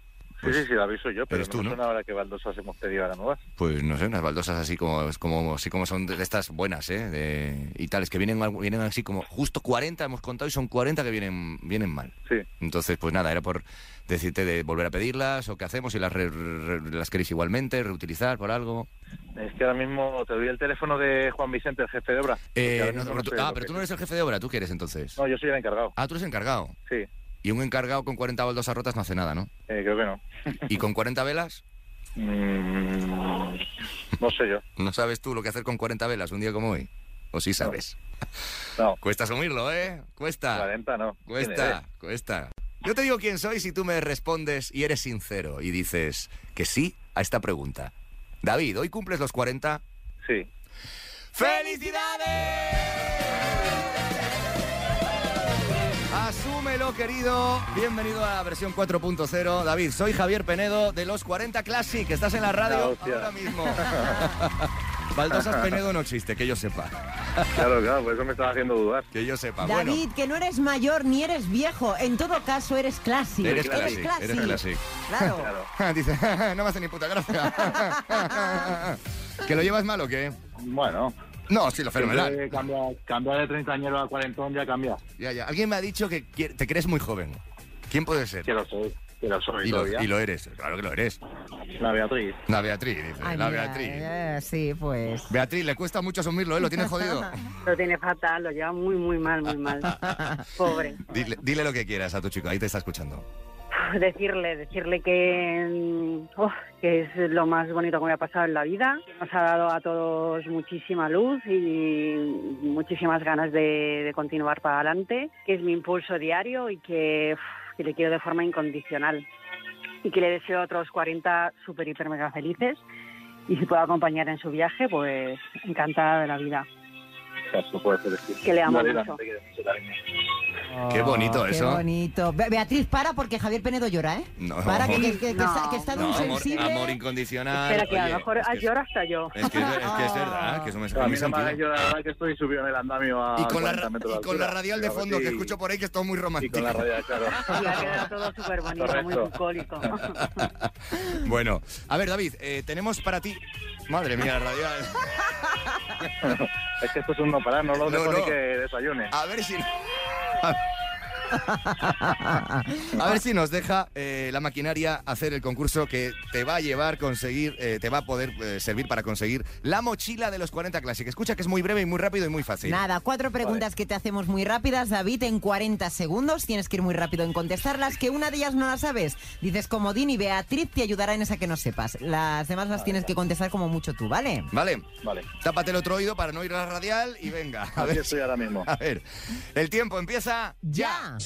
[SPEAKER 2] Pues-
[SPEAKER 14] sí, sí, sí, lo aviso yo, pero
[SPEAKER 2] eres tú,
[SPEAKER 14] no me
[SPEAKER 2] ¿no?
[SPEAKER 14] suena ahora que baldosas hemos pedido ahora nuevas.
[SPEAKER 2] Pues no sé, unas baldosas así como, como, así como son de estas buenas, ¿eh? De- y tales, que vienen, al- vienen así como... Justo 40 hemos contado y son 40 que vienen, vienen mal.
[SPEAKER 14] Sí.
[SPEAKER 2] Entonces, pues nada, era por decirte de volver a pedirlas o qué hacemos, si las, re- re- las queréis igualmente, reutilizar por algo.
[SPEAKER 14] Es que ahora mismo te doy el teléfono de Juan Vicente, el jefe de obra. Porque
[SPEAKER 2] Eh,
[SPEAKER 14] ahora
[SPEAKER 2] no,
[SPEAKER 14] mismo
[SPEAKER 2] pero tú-
[SPEAKER 14] sé
[SPEAKER 2] ah,
[SPEAKER 14] lo
[SPEAKER 2] pero
[SPEAKER 14] que-
[SPEAKER 2] tú no eres el jefe de obra, ¿tú qué eres entonces?
[SPEAKER 14] No, yo soy el encargado.
[SPEAKER 2] Ah, tú eres encargado.
[SPEAKER 14] Sí, eh,
[SPEAKER 2] Y un encargado con 40 baldosas rotas no hace nada, ¿no?
[SPEAKER 14] creo que no.
[SPEAKER 2] ¿Y con 40 velas?
[SPEAKER 14] Mm, no sé yo.
[SPEAKER 2] ¿No sabes tú lo que hacer con 40 velas un día como hoy? ¿O sí sabes?
[SPEAKER 14] No.
[SPEAKER 2] Cuesta asumirlo, ¿eh? Cuesta.
[SPEAKER 14] 40 no. ¿Quién
[SPEAKER 2] Cuesta,
[SPEAKER 14] eres?
[SPEAKER 2] cuesta. Yo te digo quién soy si tú me respondes y eres sincero y dices que sí a esta pregunta. David, ¿hoy cumples los 40?
[SPEAKER 14] Sí.
[SPEAKER 2] ¡Felicidades! Asúmelo, querido. Bienvenido a la versión 4.0. David, soy Javier Penedo de los 40 Classic. Estás en la radio ahora mismo. Baldosas Penedo no existe, que yo sepa.
[SPEAKER 14] Claro, claro, por eso me estaba haciendo dudar.
[SPEAKER 2] Que yo sepa.
[SPEAKER 5] David,
[SPEAKER 2] bueno,
[SPEAKER 5] que no eres mayor ni eres viejo. En todo caso, eres clásico.
[SPEAKER 2] eres Classic. Eres Classic.
[SPEAKER 5] Claro.
[SPEAKER 2] Dice, no me hace ni puta gracia. ¿Que lo llevas mal o qué?
[SPEAKER 14] Bueno.
[SPEAKER 2] No, sí, lo fenomenal.
[SPEAKER 14] Siempre Cambia, cambiar de treintañero a cuarentón ya cambia.
[SPEAKER 2] Ya, ya. Alguien me ha dicho que quiere- te crees muy joven. ¿Quién puede ser?
[SPEAKER 14] Que lo soy, que lo soy
[SPEAKER 2] Y lo,
[SPEAKER 14] todavía.
[SPEAKER 2] y lo eres, claro que lo eres.
[SPEAKER 14] La Beatriz.
[SPEAKER 2] La Beatriz, dice.
[SPEAKER 5] Ay,
[SPEAKER 2] la
[SPEAKER 5] mira,
[SPEAKER 2] Beatriz.
[SPEAKER 5] eh, sí, pues.
[SPEAKER 2] Beatriz, le cuesta mucho asumirlo, ¿eh? Lo tienes jodido.
[SPEAKER 13] Lo tiene fatal, lo lleva muy, muy mal, muy mal. Pobre.
[SPEAKER 2] dile, dile lo que quieras a tu chico, ahí te está escuchando.
[SPEAKER 13] decirle, decirle que, mm, oh, que es lo más bonito que me ha pasado en la vida. Nos ha dado a todos muchísima luz y muchísimas ganas de, de continuar para adelante, que es mi impulso diario y que, uf, que le quiero de forma incondicional. Y que le deseo a otros 40 super, hiper, mega felices. Y si puedo acompañar en su viaje, pues encantada de la vida.
[SPEAKER 14] No puede ser así.
[SPEAKER 13] Que le amo
[SPEAKER 14] Vale, la
[SPEAKER 13] mucho.
[SPEAKER 14] gente quiere mucho cariño.
[SPEAKER 13] Ah.
[SPEAKER 2] Qué bonito
[SPEAKER 5] Qué
[SPEAKER 2] eso.
[SPEAKER 5] bonito. Be- Beatriz, para porque Javier Penedo llora, ¿eh?
[SPEAKER 2] No.
[SPEAKER 5] Para que, que- que- que
[SPEAKER 13] No.
[SPEAKER 5] está, que está de un
[SPEAKER 2] No, amor,
[SPEAKER 5] sensible.
[SPEAKER 2] amor incondicional.
[SPEAKER 13] Espera, que a
[SPEAKER 2] oye,
[SPEAKER 13] lo mejor
[SPEAKER 2] es,
[SPEAKER 13] ah,
[SPEAKER 2] que es-
[SPEAKER 13] lloro hasta yo.
[SPEAKER 2] es que es, ver- es que es verdad, que eso me,
[SPEAKER 14] A
[SPEAKER 2] me
[SPEAKER 14] mí no me
[SPEAKER 2] sentido.
[SPEAKER 14] hagáis llorar, la verdad que estoy subido en el andamio a
[SPEAKER 2] Y con la,
[SPEAKER 14] 40 metros de
[SPEAKER 2] y con la
[SPEAKER 14] altura.
[SPEAKER 2] radial de
[SPEAKER 14] Pero
[SPEAKER 2] fondo
[SPEAKER 14] sí,
[SPEAKER 2] que escucho por ahí, que es todo muy
[SPEAKER 14] Y
[SPEAKER 2] romántico.
[SPEAKER 14] con la radial, claro.
[SPEAKER 13] Y ha quedado todo súper bonito, muy
[SPEAKER 2] Correcto.
[SPEAKER 13] bucólico.
[SPEAKER 2] Bueno, a ver, David, eh, tenemos para ti. Madre mía, la radial.
[SPEAKER 14] Es que esto es un no parar, no lo
[SPEAKER 2] No,
[SPEAKER 14] dejo
[SPEAKER 2] no.
[SPEAKER 14] ni que desayune.
[SPEAKER 2] A ver si. A ver si nos deja eh, la maquinaria hacer el concurso que te va a llevar, conseguir, eh, te va a poder eh, servir para conseguir la mochila de los 40 Classic. Escucha que es muy breve y muy rápido y muy fácil.
[SPEAKER 5] Nada, cuatro preguntas que te hacemos muy rápidas, David, en 40 segundos. Tienes que ir muy rápido en contestarlas, que una de ellas no la sabes. Dices comodín y Beatriz te ayudará en esa que no sepas. Las demás las tienes que contestar como mucho tú, ¿vale?
[SPEAKER 2] Vale. Vale. Tápate el otro oído para no ir a la radial y venga. A ver, estoy ahora mismo. A ver. El tiempo empieza ya.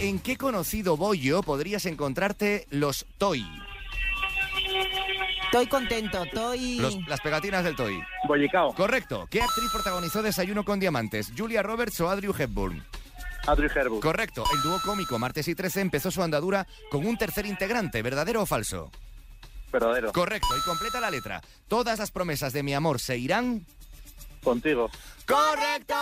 [SPEAKER 2] ¿En qué conocido bollo podrías encontrarte los toy?
[SPEAKER 5] Estoy contento, estoy...
[SPEAKER 2] Los- las pegatinas del toy. Bollicao. Correcto. ¿Qué actriz protagonizó Desayuno con Diamantes? ¿Julia Roberts o Adriu Hepburn? Adriu Hepburn. Correcto. El dúo cómico Martes y 13 empezó su andadura con un tercer integrante, ¿verdadero o falso?
[SPEAKER 14] Verdadero.
[SPEAKER 2] Correcto. Y completa la letra. Todas las promesas de mi amor se irán... Contigo. ¡Correcto!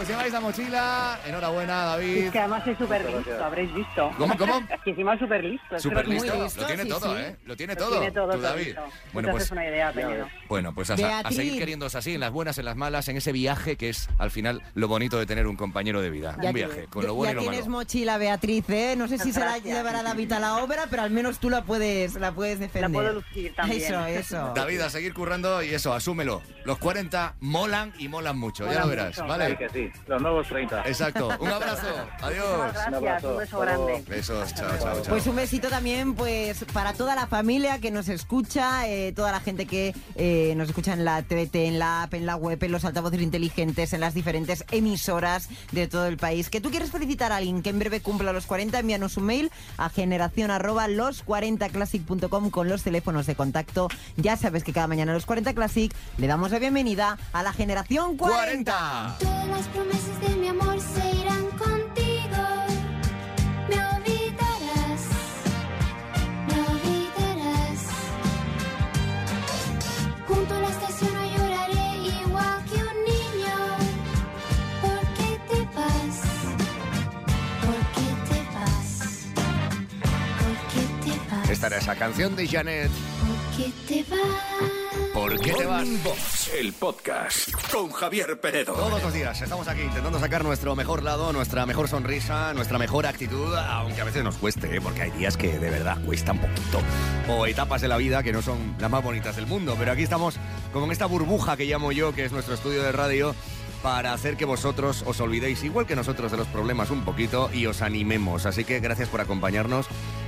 [SPEAKER 2] Os lleváis la mochila. Enhorabuena, David.
[SPEAKER 13] Es que además es súper listo, habréis visto.
[SPEAKER 2] ¿Cómo, cómo?
[SPEAKER 13] Que encima es súper listo. es
[SPEAKER 2] Súper
[SPEAKER 13] Pues muy
[SPEAKER 2] listo, lo tiene
[SPEAKER 13] sí,
[SPEAKER 2] todo,
[SPEAKER 13] sí.
[SPEAKER 2] ¿eh? Lo tiene
[SPEAKER 13] Lo
[SPEAKER 2] todo,
[SPEAKER 13] tiene todo,
[SPEAKER 2] tú,
[SPEAKER 13] todo
[SPEAKER 2] David.
[SPEAKER 13] listo.
[SPEAKER 2] Bueno,
[SPEAKER 13] Entonces
[SPEAKER 2] pues-
[SPEAKER 13] es una idea, Peñero.
[SPEAKER 2] Bueno, pues a, a- a seguir
[SPEAKER 5] Beatriz.
[SPEAKER 2] queriéndose así, en las buenas, en las malas, en ese viaje que es al final lo bonito de tener un compañero de vida.
[SPEAKER 5] Ya
[SPEAKER 2] un
[SPEAKER 5] te-
[SPEAKER 2] viaje, con lo bueno
[SPEAKER 5] ya
[SPEAKER 2] y lo
[SPEAKER 5] tienes
[SPEAKER 2] malo.
[SPEAKER 5] mochila, Beatriz, ¿eh? No sé si se la
[SPEAKER 13] Gracias.
[SPEAKER 5] llevará David a la obra, pero al menos tú la puedes, la puedes defender.
[SPEAKER 13] puedo lucir también.
[SPEAKER 5] Eso, eso.
[SPEAKER 2] David, a seguir currando y eso, asúmelo. Los 40 molan y molan mucho, ya lo
[SPEAKER 14] Molan
[SPEAKER 2] verás,
[SPEAKER 14] mucho.
[SPEAKER 2] ¿vale?
[SPEAKER 14] Claro que sí, los nuevos 30.
[SPEAKER 2] Exacto, un abrazo, adiós.
[SPEAKER 5] Muchísimas gracias, un beso grande.
[SPEAKER 2] Besos, chao, chao, chao.
[SPEAKER 5] Pues un besito también pues para toda la familia que nos escucha, eh, toda la gente que eh, nos escucha en la TVT, en la app, en la web, en los altavoces inteligentes, en las diferentes emisoras de todo el país. Que tú quieres felicitar a alguien que en breve cumpla los 40, envíanos un mail a generación arroba los40classic.com con los teléfonos de contacto. Ya sabes que cada mañana a los 40 Classic le damos la bienvenida a la generación 40.
[SPEAKER 15] Todas las promesas de mi amor se irán contigo. Me olvidarás, me olvidarás. Junto a la estación no lloraré igual que un niño. ¿Por qué te vas? ¿Por qué te vas? ¿Por qué te vas?
[SPEAKER 2] Esta era esa canción de Janet.
[SPEAKER 15] ¿Por qué te vas?
[SPEAKER 2] ¿Por qué te vas?
[SPEAKER 1] Morning Box, el podcast con Javier Peredo.
[SPEAKER 2] Todos los días estamos aquí intentando sacar nuestro mejor lado, nuestra mejor sonrisa, nuestra mejor actitud, aunque a veces nos cueste, ¿eh? porque hay días que de verdad cuesta un poquito. O etapas de la vida que no son las más bonitas del mundo. Pero aquí estamos como en esta burbuja que llamo yo, que es nuestro estudio de radio, para hacer que vosotros os olvidéis, igual que nosotros, de los problemas un poquito y os animemos. Así que gracias por acompañarnos.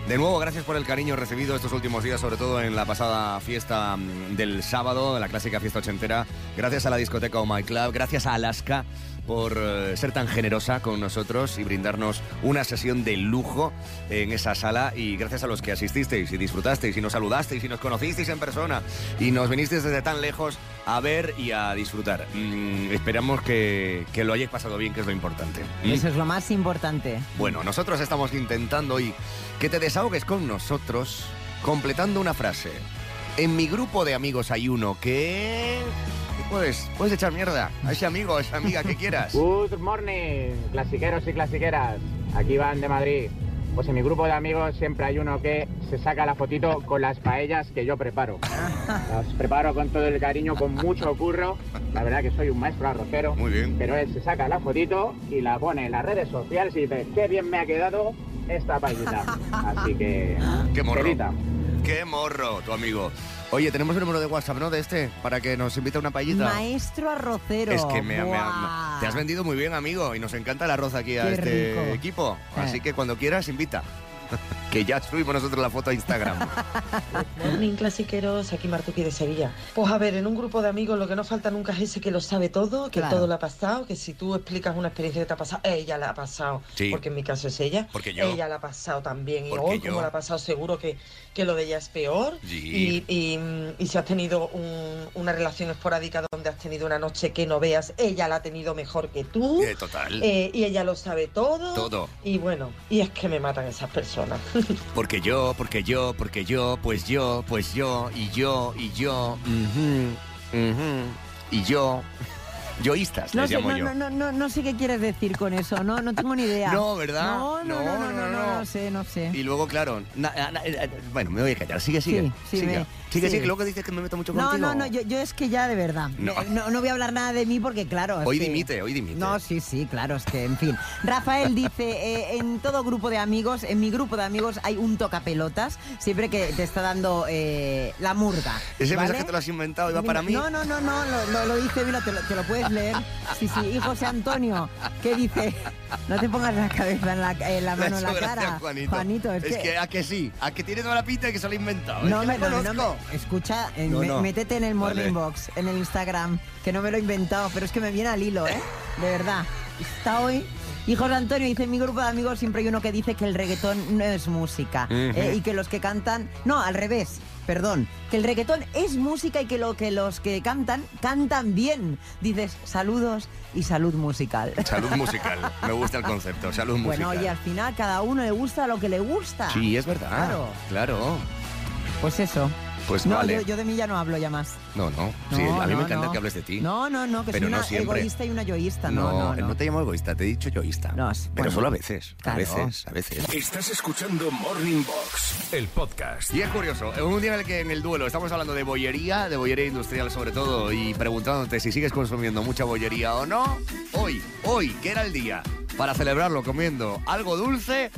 [SPEAKER 2] De nuevo, gracias por el cariño recibido estos últimos días, sobre todo en la pasada fiesta mm, del sábado, de la clásica fiesta ochentera. Gracias a la discoteca Oh My Club, gracias a Alaska por eh, ser tan generosa con nosotros y brindarnos una sesión de lujo en esa sala y gracias a los que asististeis y disfrutasteis y nos saludasteis y nos conocisteis en persona y nos vinisteis desde tan lejos a ver y a disfrutar. Mm, esperamos que, que lo hayáis pasado bien, que es lo importante. ¿Mm?
[SPEAKER 5] Eso es lo más importante.
[SPEAKER 2] Bueno, nosotros estamos intentando hoy que te desahogues con nosotros completando una frase. En mi grupo de amigos hay uno que... que Puedes, puedes echar mierda a ese amigo, a esa amiga que quieras.
[SPEAKER 16] Good morning, clasiqueros y clasiqueras. Aquí van de Madrid. Pues en mi grupo de amigos siempre hay uno que se saca la fotito con las paellas que yo preparo. Las preparo con todo el cariño, con mucho curro. La verdad que soy un maestro arrocero. Muy bien. Pero él se saca la fotito y la pone en las redes sociales y dice, qué bien me ha quedado esta paellita. Así que...
[SPEAKER 2] Qué morro.
[SPEAKER 16] querida,
[SPEAKER 2] Qué morro, tu amigo. Oye, tenemos el número de WhatsApp, ¿no? De este, para que nos invite a una paellita.
[SPEAKER 5] Maestro arrocero.
[SPEAKER 2] Es que me, me-
[SPEAKER 5] Buah.
[SPEAKER 2] te has vendido muy bien, amigo, y nos encanta el arroz aquí a
[SPEAKER 5] Qué
[SPEAKER 2] este
[SPEAKER 5] rico. Eh.
[SPEAKER 2] equipo. Así que cuando quieras, invita. que ya subimos nosotros la foto a Instagram.
[SPEAKER 17] Morning clasiqueros, aquí Martuqui de Sevilla. Pues a ver, en un grupo de amigos lo que no falta nunca es ese que lo sabe todo, que
[SPEAKER 2] Claro.
[SPEAKER 17] todo lo ha pasado, que si tú explicas una experiencia que te ha pasado, ella la ha pasado.
[SPEAKER 2] Sí.
[SPEAKER 17] Porque en mi caso es ella.
[SPEAKER 2] Porque yo.
[SPEAKER 17] Ella la ha pasado también. Y
[SPEAKER 2] Porque
[SPEAKER 17] hoy,
[SPEAKER 2] yo.
[SPEAKER 17] como la ha pasado, seguro que, que lo de ella es peor.
[SPEAKER 2] Sí.
[SPEAKER 17] Y, y, mm, y si has tenido un- una relación esporádica donde has tenido una noche que no veas, ella la ha tenido mejor que tú.
[SPEAKER 2] Eh, total.
[SPEAKER 17] Eh, y ella lo sabe todo.
[SPEAKER 2] Todo.
[SPEAKER 17] Y bueno, y es que me matan esas personas.
[SPEAKER 2] Porque yo, porque yo, porque yo, pues yo, pues yo, y yo, y yo, ujú, ujú, y yo. Yoístas,
[SPEAKER 5] No
[SPEAKER 2] les
[SPEAKER 5] sé,
[SPEAKER 2] llamo
[SPEAKER 5] no,
[SPEAKER 2] yo.
[SPEAKER 5] no, no, no, no sé qué quieres decir con eso, no, no tengo ni idea.
[SPEAKER 2] No, ¿verdad?
[SPEAKER 5] No, no, no, no, no, no,
[SPEAKER 2] no.
[SPEAKER 5] no sé, no sé.
[SPEAKER 2] Y luego, claro, na- na- na- eh, bueno, me voy a callar. Sigue, sigue.
[SPEAKER 5] Sí, sí,
[SPEAKER 2] sigue,
[SPEAKER 5] ve,
[SPEAKER 2] sigue,
[SPEAKER 5] sí.
[SPEAKER 2] sigue, que luego dices que me meto mucho
[SPEAKER 5] No,
[SPEAKER 2] contigo.
[SPEAKER 5] no, no, yo, yo es que ya de verdad.
[SPEAKER 2] No.
[SPEAKER 5] eh, No, no voy a hablar nada de mí porque, claro. es
[SPEAKER 2] Hoy
[SPEAKER 5] que-
[SPEAKER 2] dimite, hoy dimite.
[SPEAKER 5] No, sí, sí, claro, es que, en fin. Rafael dice: eh, en todo grupo de amigos, en mi grupo de amigos hay un tocapelotas, siempre que te está dando eh, la murga.
[SPEAKER 2] Ese
[SPEAKER 5] ¿vale?
[SPEAKER 2] mensaje te lo has inventado y va para mí.
[SPEAKER 5] No, no, no, no, lo, lo, lo dice, mira, te lo, te lo puedes leer. Sí, sí, y José Antonio, ¿qué dice? No te pongas la cabeza en la, en la
[SPEAKER 2] Me ha
[SPEAKER 5] mano en la
[SPEAKER 2] hecho gracia,
[SPEAKER 5] cara.
[SPEAKER 2] Juanito.
[SPEAKER 5] es, que...
[SPEAKER 2] a que sí, a que tiene toda la pinta de que se lo ha inventado.
[SPEAKER 5] No,
[SPEAKER 2] es
[SPEAKER 5] me,
[SPEAKER 2] que
[SPEAKER 5] no,
[SPEAKER 2] lo
[SPEAKER 5] no,
[SPEAKER 2] conozco.
[SPEAKER 5] me- escucha, eh,
[SPEAKER 2] No,
[SPEAKER 5] me-
[SPEAKER 2] no.
[SPEAKER 5] métete en el
[SPEAKER 2] Vale.
[SPEAKER 5] Morning Box, en el Instagram, que no me lo he inventado, pero es que me viene al hilo, ¿eh? De verdad. Está hoy. Y José Antonio dice, en mi grupo de amigos siempre hay uno que dice que el reggaetón no es música.
[SPEAKER 4] Ujú.
[SPEAKER 5] eh, y que los que cantan... No, al revés, perdón. Que el reggaetón es música y que, lo, que los que cantan, cantan bien. Dices, saludos y salud musical.
[SPEAKER 2] Salud musical, me gusta el concepto, salud musical.
[SPEAKER 5] Bueno, y al final cada uno le gusta lo que le gusta.
[SPEAKER 2] Sí, es verdad.
[SPEAKER 5] Claro.
[SPEAKER 2] Claro.
[SPEAKER 5] Pues eso.
[SPEAKER 2] Pues
[SPEAKER 5] no,
[SPEAKER 2] vale.
[SPEAKER 5] yo, yo de mí ya no hablo ya más.
[SPEAKER 2] No, no. Sí,
[SPEAKER 5] No,
[SPEAKER 2] a mí
[SPEAKER 5] no,
[SPEAKER 2] me encanta
[SPEAKER 5] no.
[SPEAKER 2] que hables de ti.
[SPEAKER 5] No, no, no, que
[SPEAKER 2] Pero
[SPEAKER 5] soy
[SPEAKER 2] no
[SPEAKER 5] una
[SPEAKER 2] siempre.
[SPEAKER 5] egoísta y una yoísta. No,
[SPEAKER 2] No,
[SPEAKER 5] no, no.
[SPEAKER 2] no te llamo egoísta, te he dicho yoísta. Pero
[SPEAKER 1] bueno.
[SPEAKER 2] solo a veces.
[SPEAKER 1] Claro.
[SPEAKER 2] A veces, a veces.
[SPEAKER 1] Estás escuchando Morning Box, el podcast.
[SPEAKER 2] Y es curioso, en un día en el que en el duelo estamos hablando de bollería, de bollería industrial sobre todo, y preguntándote si sigues consumiendo mucha bollería o no, hoy, hoy, que era el día, para celebrarlo comiendo algo dulce,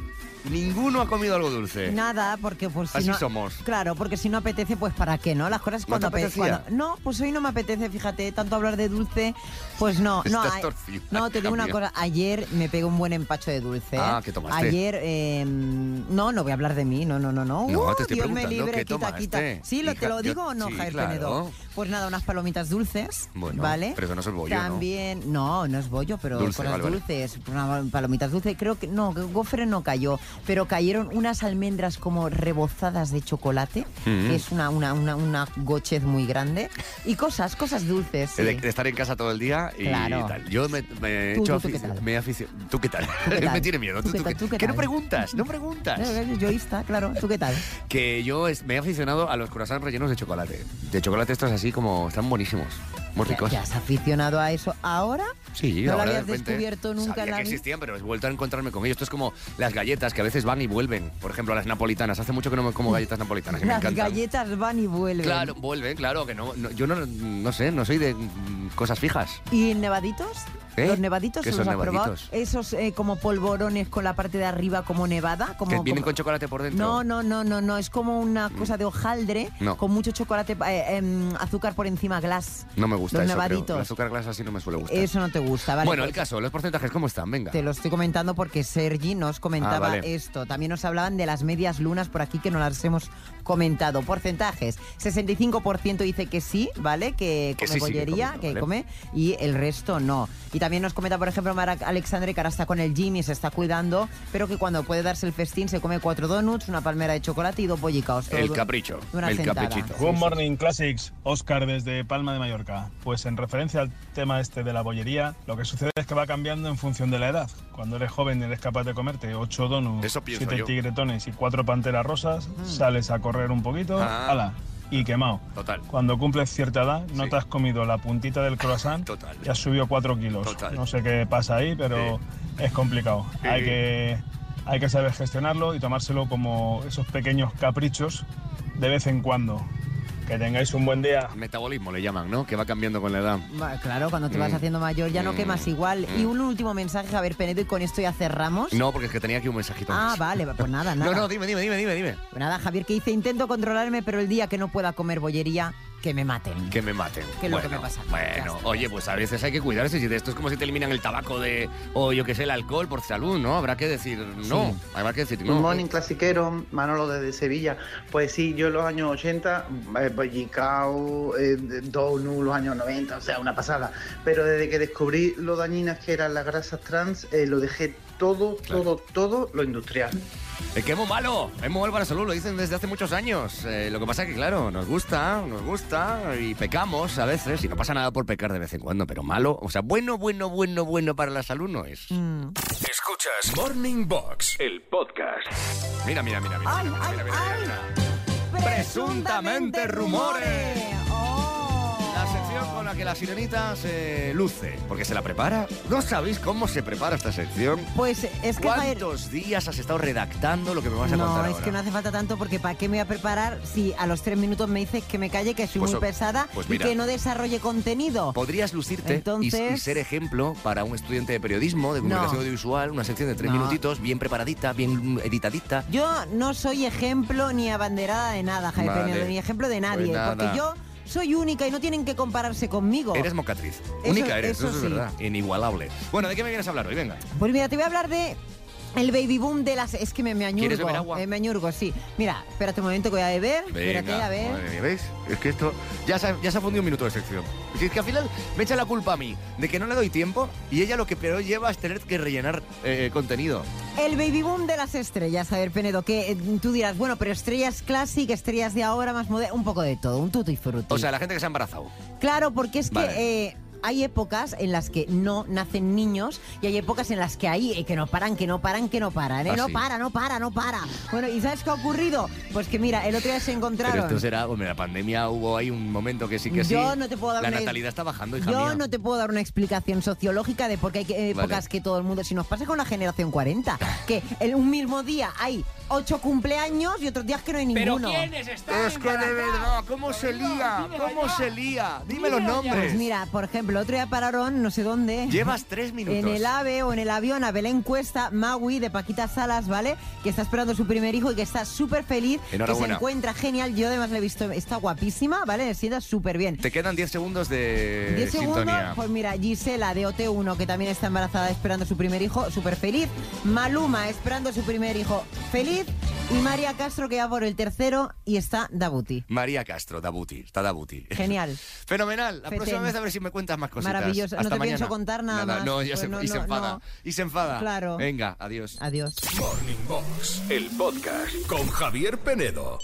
[SPEAKER 2] ninguno ha comido algo dulce.
[SPEAKER 5] Nada, porque pues si
[SPEAKER 2] Así
[SPEAKER 5] no-
[SPEAKER 2] somos.
[SPEAKER 5] Claro, porque si no apetece, pues para qué, ¿no? Las cosas
[SPEAKER 2] ¿No
[SPEAKER 5] cuando
[SPEAKER 2] te
[SPEAKER 5] apetece.
[SPEAKER 2] apetecía?
[SPEAKER 5] No, pues hoy no me apetece, fíjate, tanto hablar de dulce, pues no, no.
[SPEAKER 2] Estás
[SPEAKER 5] ay-
[SPEAKER 2] torcida,
[SPEAKER 5] no, te digo una
[SPEAKER 2] hija mía.
[SPEAKER 5] cosa, ayer me pegó un buen empacho de dulce.
[SPEAKER 2] Ah,
[SPEAKER 5] ¿eh?
[SPEAKER 2] ¿qué tomaste?
[SPEAKER 5] Ayer, eh, no, no voy a hablar de mí, no, no, no, no.
[SPEAKER 2] No,
[SPEAKER 5] Uh,
[SPEAKER 2] te estoy
[SPEAKER 5] Dios me
[SPEAKER 2] preguntando
[SPEAKER 5] libre,
[SPEAKER 2] qué
[SPEAKER 5] quita,
[SPEAKER 2] tomaste,
[SPEAKER 5] quita. Sí, lo, te
[SPEAKER 2] hija.
[SPEAKER 5] lo
[SPEAKER 2] Yo-
[SPEAKER 5] digo o no,
[SPEAKER 2] sí,
[SPEAKER 5] Javier
[SPEAKER 2] claro.
[SPEAKER 5] Penedo. Pues nada, unas palomitas dulces,
[SPEAKER 2] Bueno,
[SPEAKER 5] ¿vale?
[SPEAKER 2] pero eso no es el bollo, ¿no?
[SPEAKER 5] También, no, no es bollo, pero
[SPEAKER 2] Dulce,
[SPEAKER 5] cosas
[SPEAKER 2] vale, vale.
[SPEAKER 5] dulces, una- palomitas dulces. Creo que no, que gofre no cayó, pero cayeron unas almendras como rebozadas de chocolate,
[SPEAKER 2] Mm.
[SPEAKER 5] que es una, una, una, una gochez muy grande, y cosas, cosas dulces. sí.
[SPEAKER 2] De, de estar en casa todo el día y
[SPEAKER 5] Claro.
[SPEAKER 2] tal. Yo me, me he
[SPEAKER 5] Tú,
[SPEAKER 2] hecho
[SPEAKER 5] tú, tú, ¿qué
[SPEAKER 2] afici-
[SPEAKER 5] tal?
[SPEAKER 2] me he aficio- ¿Tú qué tal?
[SPEAKER 5] ¿Tú qué tal?
[SPEAKER 2] me tiene miedo.
[SPEAKER 5] ¿Tú
[SPEAKER 2] ¿Tú,
[SPEAKER 5] qué
[SPEAKER 2] tú
[SPEAKER 5] tal?
[SPEAKER 2] qué-
[SPEAKER 5] ¿Tú qué
[SPEAKER 2] que no
[SPEAKER 5] tal?
[SPEAKER 2] preguntas? No preguntas.
[SPEAKER 5] Eh, Yoísta, claro. ¿Tú qué tal?
[SPEAKER 2] Que yo es- me he aficionado a los croissants rellenos de chocolate. De chocolate estos así como están buenísimos. Muy
[SPEAKER 5] ¿Te,
[SPEAKER 2] ricos.
[SPEAKER 5] te has aficionado a eso ahora?
[SPEAKER 2] Sí,
[SPEAKER 5] ¿No lo
[SPEAKER 2] ahora
[SPEAKER 5] habías
[SPEAKER 2] de repente
[SPEAKER 5] descubierto nunca
[SPEAKER 2] sabía
[SPEAKER 5] en la
[SPEAKER 2] que
[SPEAKER 5] vida?
[SPEAKER 2] existían, pero he vuelto a encontrarme con ellos. Esto es como las galletas que a veces van y vuelven. Por ejemplo, las napolitanas. Hace mucho que no me como galletas napolitanas y me
[SPEAKER 5] Las
[SPEAKER 2] encantan.
[SPEAKER 5] galletas van y vuelven.
[SPEAKER 2] Claro, vuelven, claro, que no, no- yo no, no sé, no soy de mm, cosas fijas.
[SPEAKER 5] ¿Y nevaditos?
[SPEAKER 2] ¿Eh?
[SPEAKER 5] ¿Los nevaditos
[SPEAKER 2] ¿Qué
[SPEAKER 5] los
[SPEAKER 2] son
[SPEAKER 5] has probado?
[SPEAKER 2] nevaditos?
[SPEAKER 5] Esos eh, como polvorones con la parte de arriba como nevada. Como,
[SPEAKER 2] que vienen
[SPEAKER 5] como-
[SPEAKER 2] con chocolate por dentro. Mm.
[SPEAKER 5] No, no, no, no, no. Es como una cosa de hojaldre
[SPEAKER 2] No.
[SPEAKER 5] con mucho chocolate, eh, em, azúcar por encima, glass.
[SPEAKER 2] No me gusta
[SPEAKER 5] Los
[SPEAKER 2] eso, creo.
[SPEAKER 5] nevaditos.
[SPEAKER 2] El azúcar glass así no me suele gustar.
[SPEAKER 5] Eso no te gusta, ¿vale?
[SPEAKER 2] bueno,
[SPEAKER 5] pues
[SPEAKER 2] el caso, los porcentajes, ¿cómo están? Venga.
[SPEAKER 5] Te lo estoy comentando porque Sergi nos comentaba
[SPEAKER 2] Ah, vale.
[SPEAKER 5] esto. También nos hablaban de las medias lunas por aquí que no las hemos comentado. Porcentajes. 65% dice que sí, ¿vale? Que
[SPEAKER 4] Que
[SPEAKER 5] come
[SPEAKER 4] sí sigue
[SPEAKER 5] bollería,
[SPEAKER 4] comiendo,
[SPEAKER 5] que
[SPEAKER 4] ¿vale?
[SPEAKER 5] come, y el resto no. Y también nos comenta, por ejemplo, Mara Alexandre que ahora está con el gym y se está cuidando, pero que cuando puede darse el festín se come cuatro donuts, una palmera de chocolate y dos bollicaos. Todo
[SPEAKER 2] El
[SPEAKER 5] du-
[SPEAKER 2] capricho,
[SPEAKER 5] de una
[SPEAKER 2] el
[SPEAKER 5] sentada.
[SPEAKER 2] caprichito.
[SPEAKER 7] Good Morning Classics, Oscar desde Palma de Mallorca. Pues en referencia al tema este de la bollería, lo que sucede es que va cambiando en función de la edad. Cuando eres joven eres capaz de comerte 8 donuts,
[SPEAKER 2] pienso
[SPEAKER 7] 7
[SPEAKER 2] yo.
[SPEAKER 7] tigretones y 4 panteras rosas, sales a correr un poquito,
[SPEAKER 2] Ah.
[SPEAKER 7] ala, y quemado.
[SPEAKER 2] Total.
[SPEAKER 7] Cuando cumples cierta edad, no te has comido la puntita del croissant y has subido 4 kilos. No sé qué pasa ahí, pero es complicado.
[SPEAKER 2] Sí.
[SPEAKER 7] Hay, que, hay que saber gestionarlo y tomárselo como esos pequeños caprichos de vez en cuando. Que tengáis un buen día.
[SPEAKER 2] Metabolismo le llaman, ¿no? Que va cambiando con la edad.
[SPEAKER 5] Bueno, Claro, cuando te vas
[SPEAKER 2] Mm.
[SPEAKER 5] haciendo mayor ya no
[SPEAKER 2] Mm.
[SPEAKER 5] quemas igual.
[SPEAKER 2] Mm.
[SPEAKER 5] Y un último mensaje, Javier Penedo, y con esto ya cerramos.
[SPEAKER 2] No, porque es que tenía aquí un mensajito.
[SPEAKER 5] Ah,
[SPEAKER 2] más.
[SPEAKER 5] vale, pues nada, nada.
[SPEAKER 2] No, no, dime, dime, dime, dime, dime.
[SPEAKER 5] Pues Nada, Javier, que dice, intento controlarme, pero el día que no pueda comer bollería, que me maten.
[SPEAKER 2] Que me maten.
[SPEAKER 5] Que es lo que me pasa. Ya
[SPEAKER 2] Bueno, oye, pues a veces hay que cuidarse. Si de esto es como si te eliminan el tabaco de, o yo qué sé, el alcohol por salud, ¿no? Habrá que decir no.
[SPEAKER 18] Sí.
[SPEAKER 2] Habrá que decir
[SPEAKER 18] Good
[SPEAKER 2] no.
[SPEAKER 18] morning, clasiquero. Manolo desde Sevilla. Pues sí, yo en los años 80, eh, Bollicao, eh, Donu, los años 90, o sea, una pasada. Pero desde que descubrí lo dañinas que eran las grasas trans, eh, lo dejé todo, todo, todo lo industrial.
[SPEAKER 2] Es Eh, que es muy malo, es muy malo para la salud, lo dicen desde hace muchos años. Eh, lo que pasa es que, claro, nos gusta, nos gusta y pecamos a veces y no pasa nada por pecar de vez en cuando, pero malo, o sea, bueno, bueno, bueno, bueno para la salud no es.
[SPEAKER 5] Mm.
[SPEAKER 1] Escuchas Morning Box, el podcast.
[SPEAKER 2] Mira, mira, mira, mira. mira, mira, mira, mira. Presuntamente rumores.
[SPEAKER 5] La sección
[SPEAKER 2] con la que la sirenita se luce, porque se la prepara. ¿No sabéis cómo se prepara esta sección?
[SPEAKER 5] Pues es que, Javier,
[SPEAKER 2] ¿Cuántos días has estado redactando lo que me vas a
[SPEAKER 5] no,
[SPEAKER 2] contar
[SPEAKER 5] es
[SPEAKER 2] ahora?
[SPEAKER 5] que no hace falta tanto porque ¿para qué me voy a preparar si a los tres minutos me dices que me calle, que soy
[SPEAKER 2] Pues
[SPEAKER 5] muy
[SPEAKER 2] o-
[SPEAKER 5] pesada
[SPEAKER 2] pues
[SPEAKER 5] y
[SPEAKER 2] mira. Pues-
[SPEAKER 5] que no desarrolle contenido?
[SPEAKER 2] Podrías lucirte y- y,
[SPEAKER 5] Entonces-
[SPEAKER 2] ser ejemplo para un estudiante de periodismo, de
[SPEAKER 5] No.
[SPEAKER 2] comunicación audiovisual, una sección de tres
[SPEAKER 5] No.
[SPEAKER 2] minutitos, bien preparadita, bien editadita.
[SPEAKER 5] Yo no soy ejemplo ni abanderada de nada, Javier
[SPEAKER 2] Vale.
[SPEAKER 5] Peñalver, ni ejemplo de nadie,
[SPEAKER 2] Pues nada.
[SPEAKER 5] porque yo soy única y no tienen que compararse conmigo.
[SPEAKER 2] Eres mocatriz.
[SPEAKER 5] Oh. Eso-
[SPEAKER 2] Única eres,
[SPEAKER 5] eso
[SPEAKER 2] eso,
[SPEAKER 5] sí.
[SPEAKER 2] es verdad. Inigualable. Bueno, ¿de qué me vienes a hablar hoy? Venga.
[SPEAKER 5] Pues mira, te voy a hablar de el baby boom de las... Es que me, me añurgo.
[SPEAKER 2] ¿Quieres beber agua?
[SPEAKER 5] eh, me añurgo, sí. Mira, espérate un momento que voy a beber. espérate, a ver.
[SPEAKER 2] madre mía, ¿veis? Es que esto ya se, ha- ya se ha fundido un minuto de sección. Si es que al final me echa la culpa a mí de que no le doy tiempo y ella lo que pero lleva es tener que rellenar eh, contenido.
[SPEAKER 5] El baby boom de las estrellas, a ver, Penedo, que eh, tú dirás, bueno, pero estrellas clásicas, estrellas de ahora, más modernas, un poco de todo, un tutti frutti.
[SPEAKER 2] O sea, la gente que se ha embarazado.
[SPEAKER 5] Claro, porque es que
[SPEAKER 2] Vale.
[SPEAKER 5] eh, hay épocas en las que no nacen niños y hay épocas en las que hay eh, que no paran, que no paran, que no paran, ¿eh?
[SPEAKER 2] Ah,
[SPEAKER 5] no
[SPEAKER 2] sí.
[SPEAKER 5] para, no para, no para. Bueno, ¿y sabes qué ha ocurrido? Pues que mira, el otro día se
[SPEAKER 2] Pero
[SPEAKER 5] encontraron.
[SPEAKER 2] esto será, hombre, la pandemia hubo ahí un momento que sí que sí.
[SPEAKER 5] Yo no te puedo dar
[SPEAKER 2] La
[SPEAKER 5] una-
[SPEAKER 2] natalidad está bajando, hija
[SPEAKER 5] Yo
[SPEAKER 2] mía.
[SPEAKER 5] no te puedo dar una explicación sociológica de por qué hay que- eh, épocas que todo el mundo. Si nos pasa con la generación 40, que en un mismo día hay ocho cumpleaños y otros días que no hay
[SPEAKER 4] Pero
[SPEAKER 5] ninguno.
[SPEAKER 4] ¿quiénes
[SPEAKER 2] están Es que de embarazadas? verdad, ¿cómo se lía? ¿Cómo se lía? Dime los nombres.
[SPEAKER 5] Pues mira, por ejemplo, otro día pararon, no sé dónde.
[SPEAKER 2] Llevas tres minutos.
[SPEAKER 5] En el AVE o en el avión a Belén Cuesta, Maui, de Paquita Salas, ¿vale? Que está esperando su primer hijo y que está súper feliz. Que se
[SPEAKER 2] Enhorabuena.
[SPEAKER 5] encuentra genial. Yo además la he visto, está guapísima, ¿vale? Le sienta súper bien.
[SPEAKER 2] Te quedan 10 segundos de
[SPEAKER 5] 10 segundos,
[SPEAKER 2] Eh, sintonía.
[SPEAKER 5] pues mira, Gisela de OT1, que también está embarazada esperando su primer hijo, súper feliz. Maluma esperando su primer hijo, feliz. Y María Castro, que va por el tercero y está Dabuti.
[SPEAKER 2] María Castro, Dabuti, está Dabuti.
[SPEAKER 5] Genial.
[SPEAKER 2] Fenomenal. La
[SPEAKER 5] Fetén.
[SPEAKER 2] próxima vez a ver si me cuentas más cositas.
[SPEAKER 5] Maravilloso. No
[SPEAKER 2] Hasta
[SPEAKER 5] te
[SPEAKER 2] mañana.
[SPEAKER 5] pienso contar nada más.
[SPEAKER 2] No, ya
[SPEAKER 5] Pues
[SPEAKER 2] se,
[SPEAKER 5] no,
[SPEAKER 2] y se
[SPEAKER 5] no,
[SPEAKER 2] enfada.
[SPEAKER 5] no.
[SPEAKER 2] Y se enfada.
[SPEAKER 5] Claro.
[SPEAKER 2] Venga, adiós.
[SPEAKER 5] Adiós.
[SPEAKER 1] Morning Box, el podcast con Javier Penedo.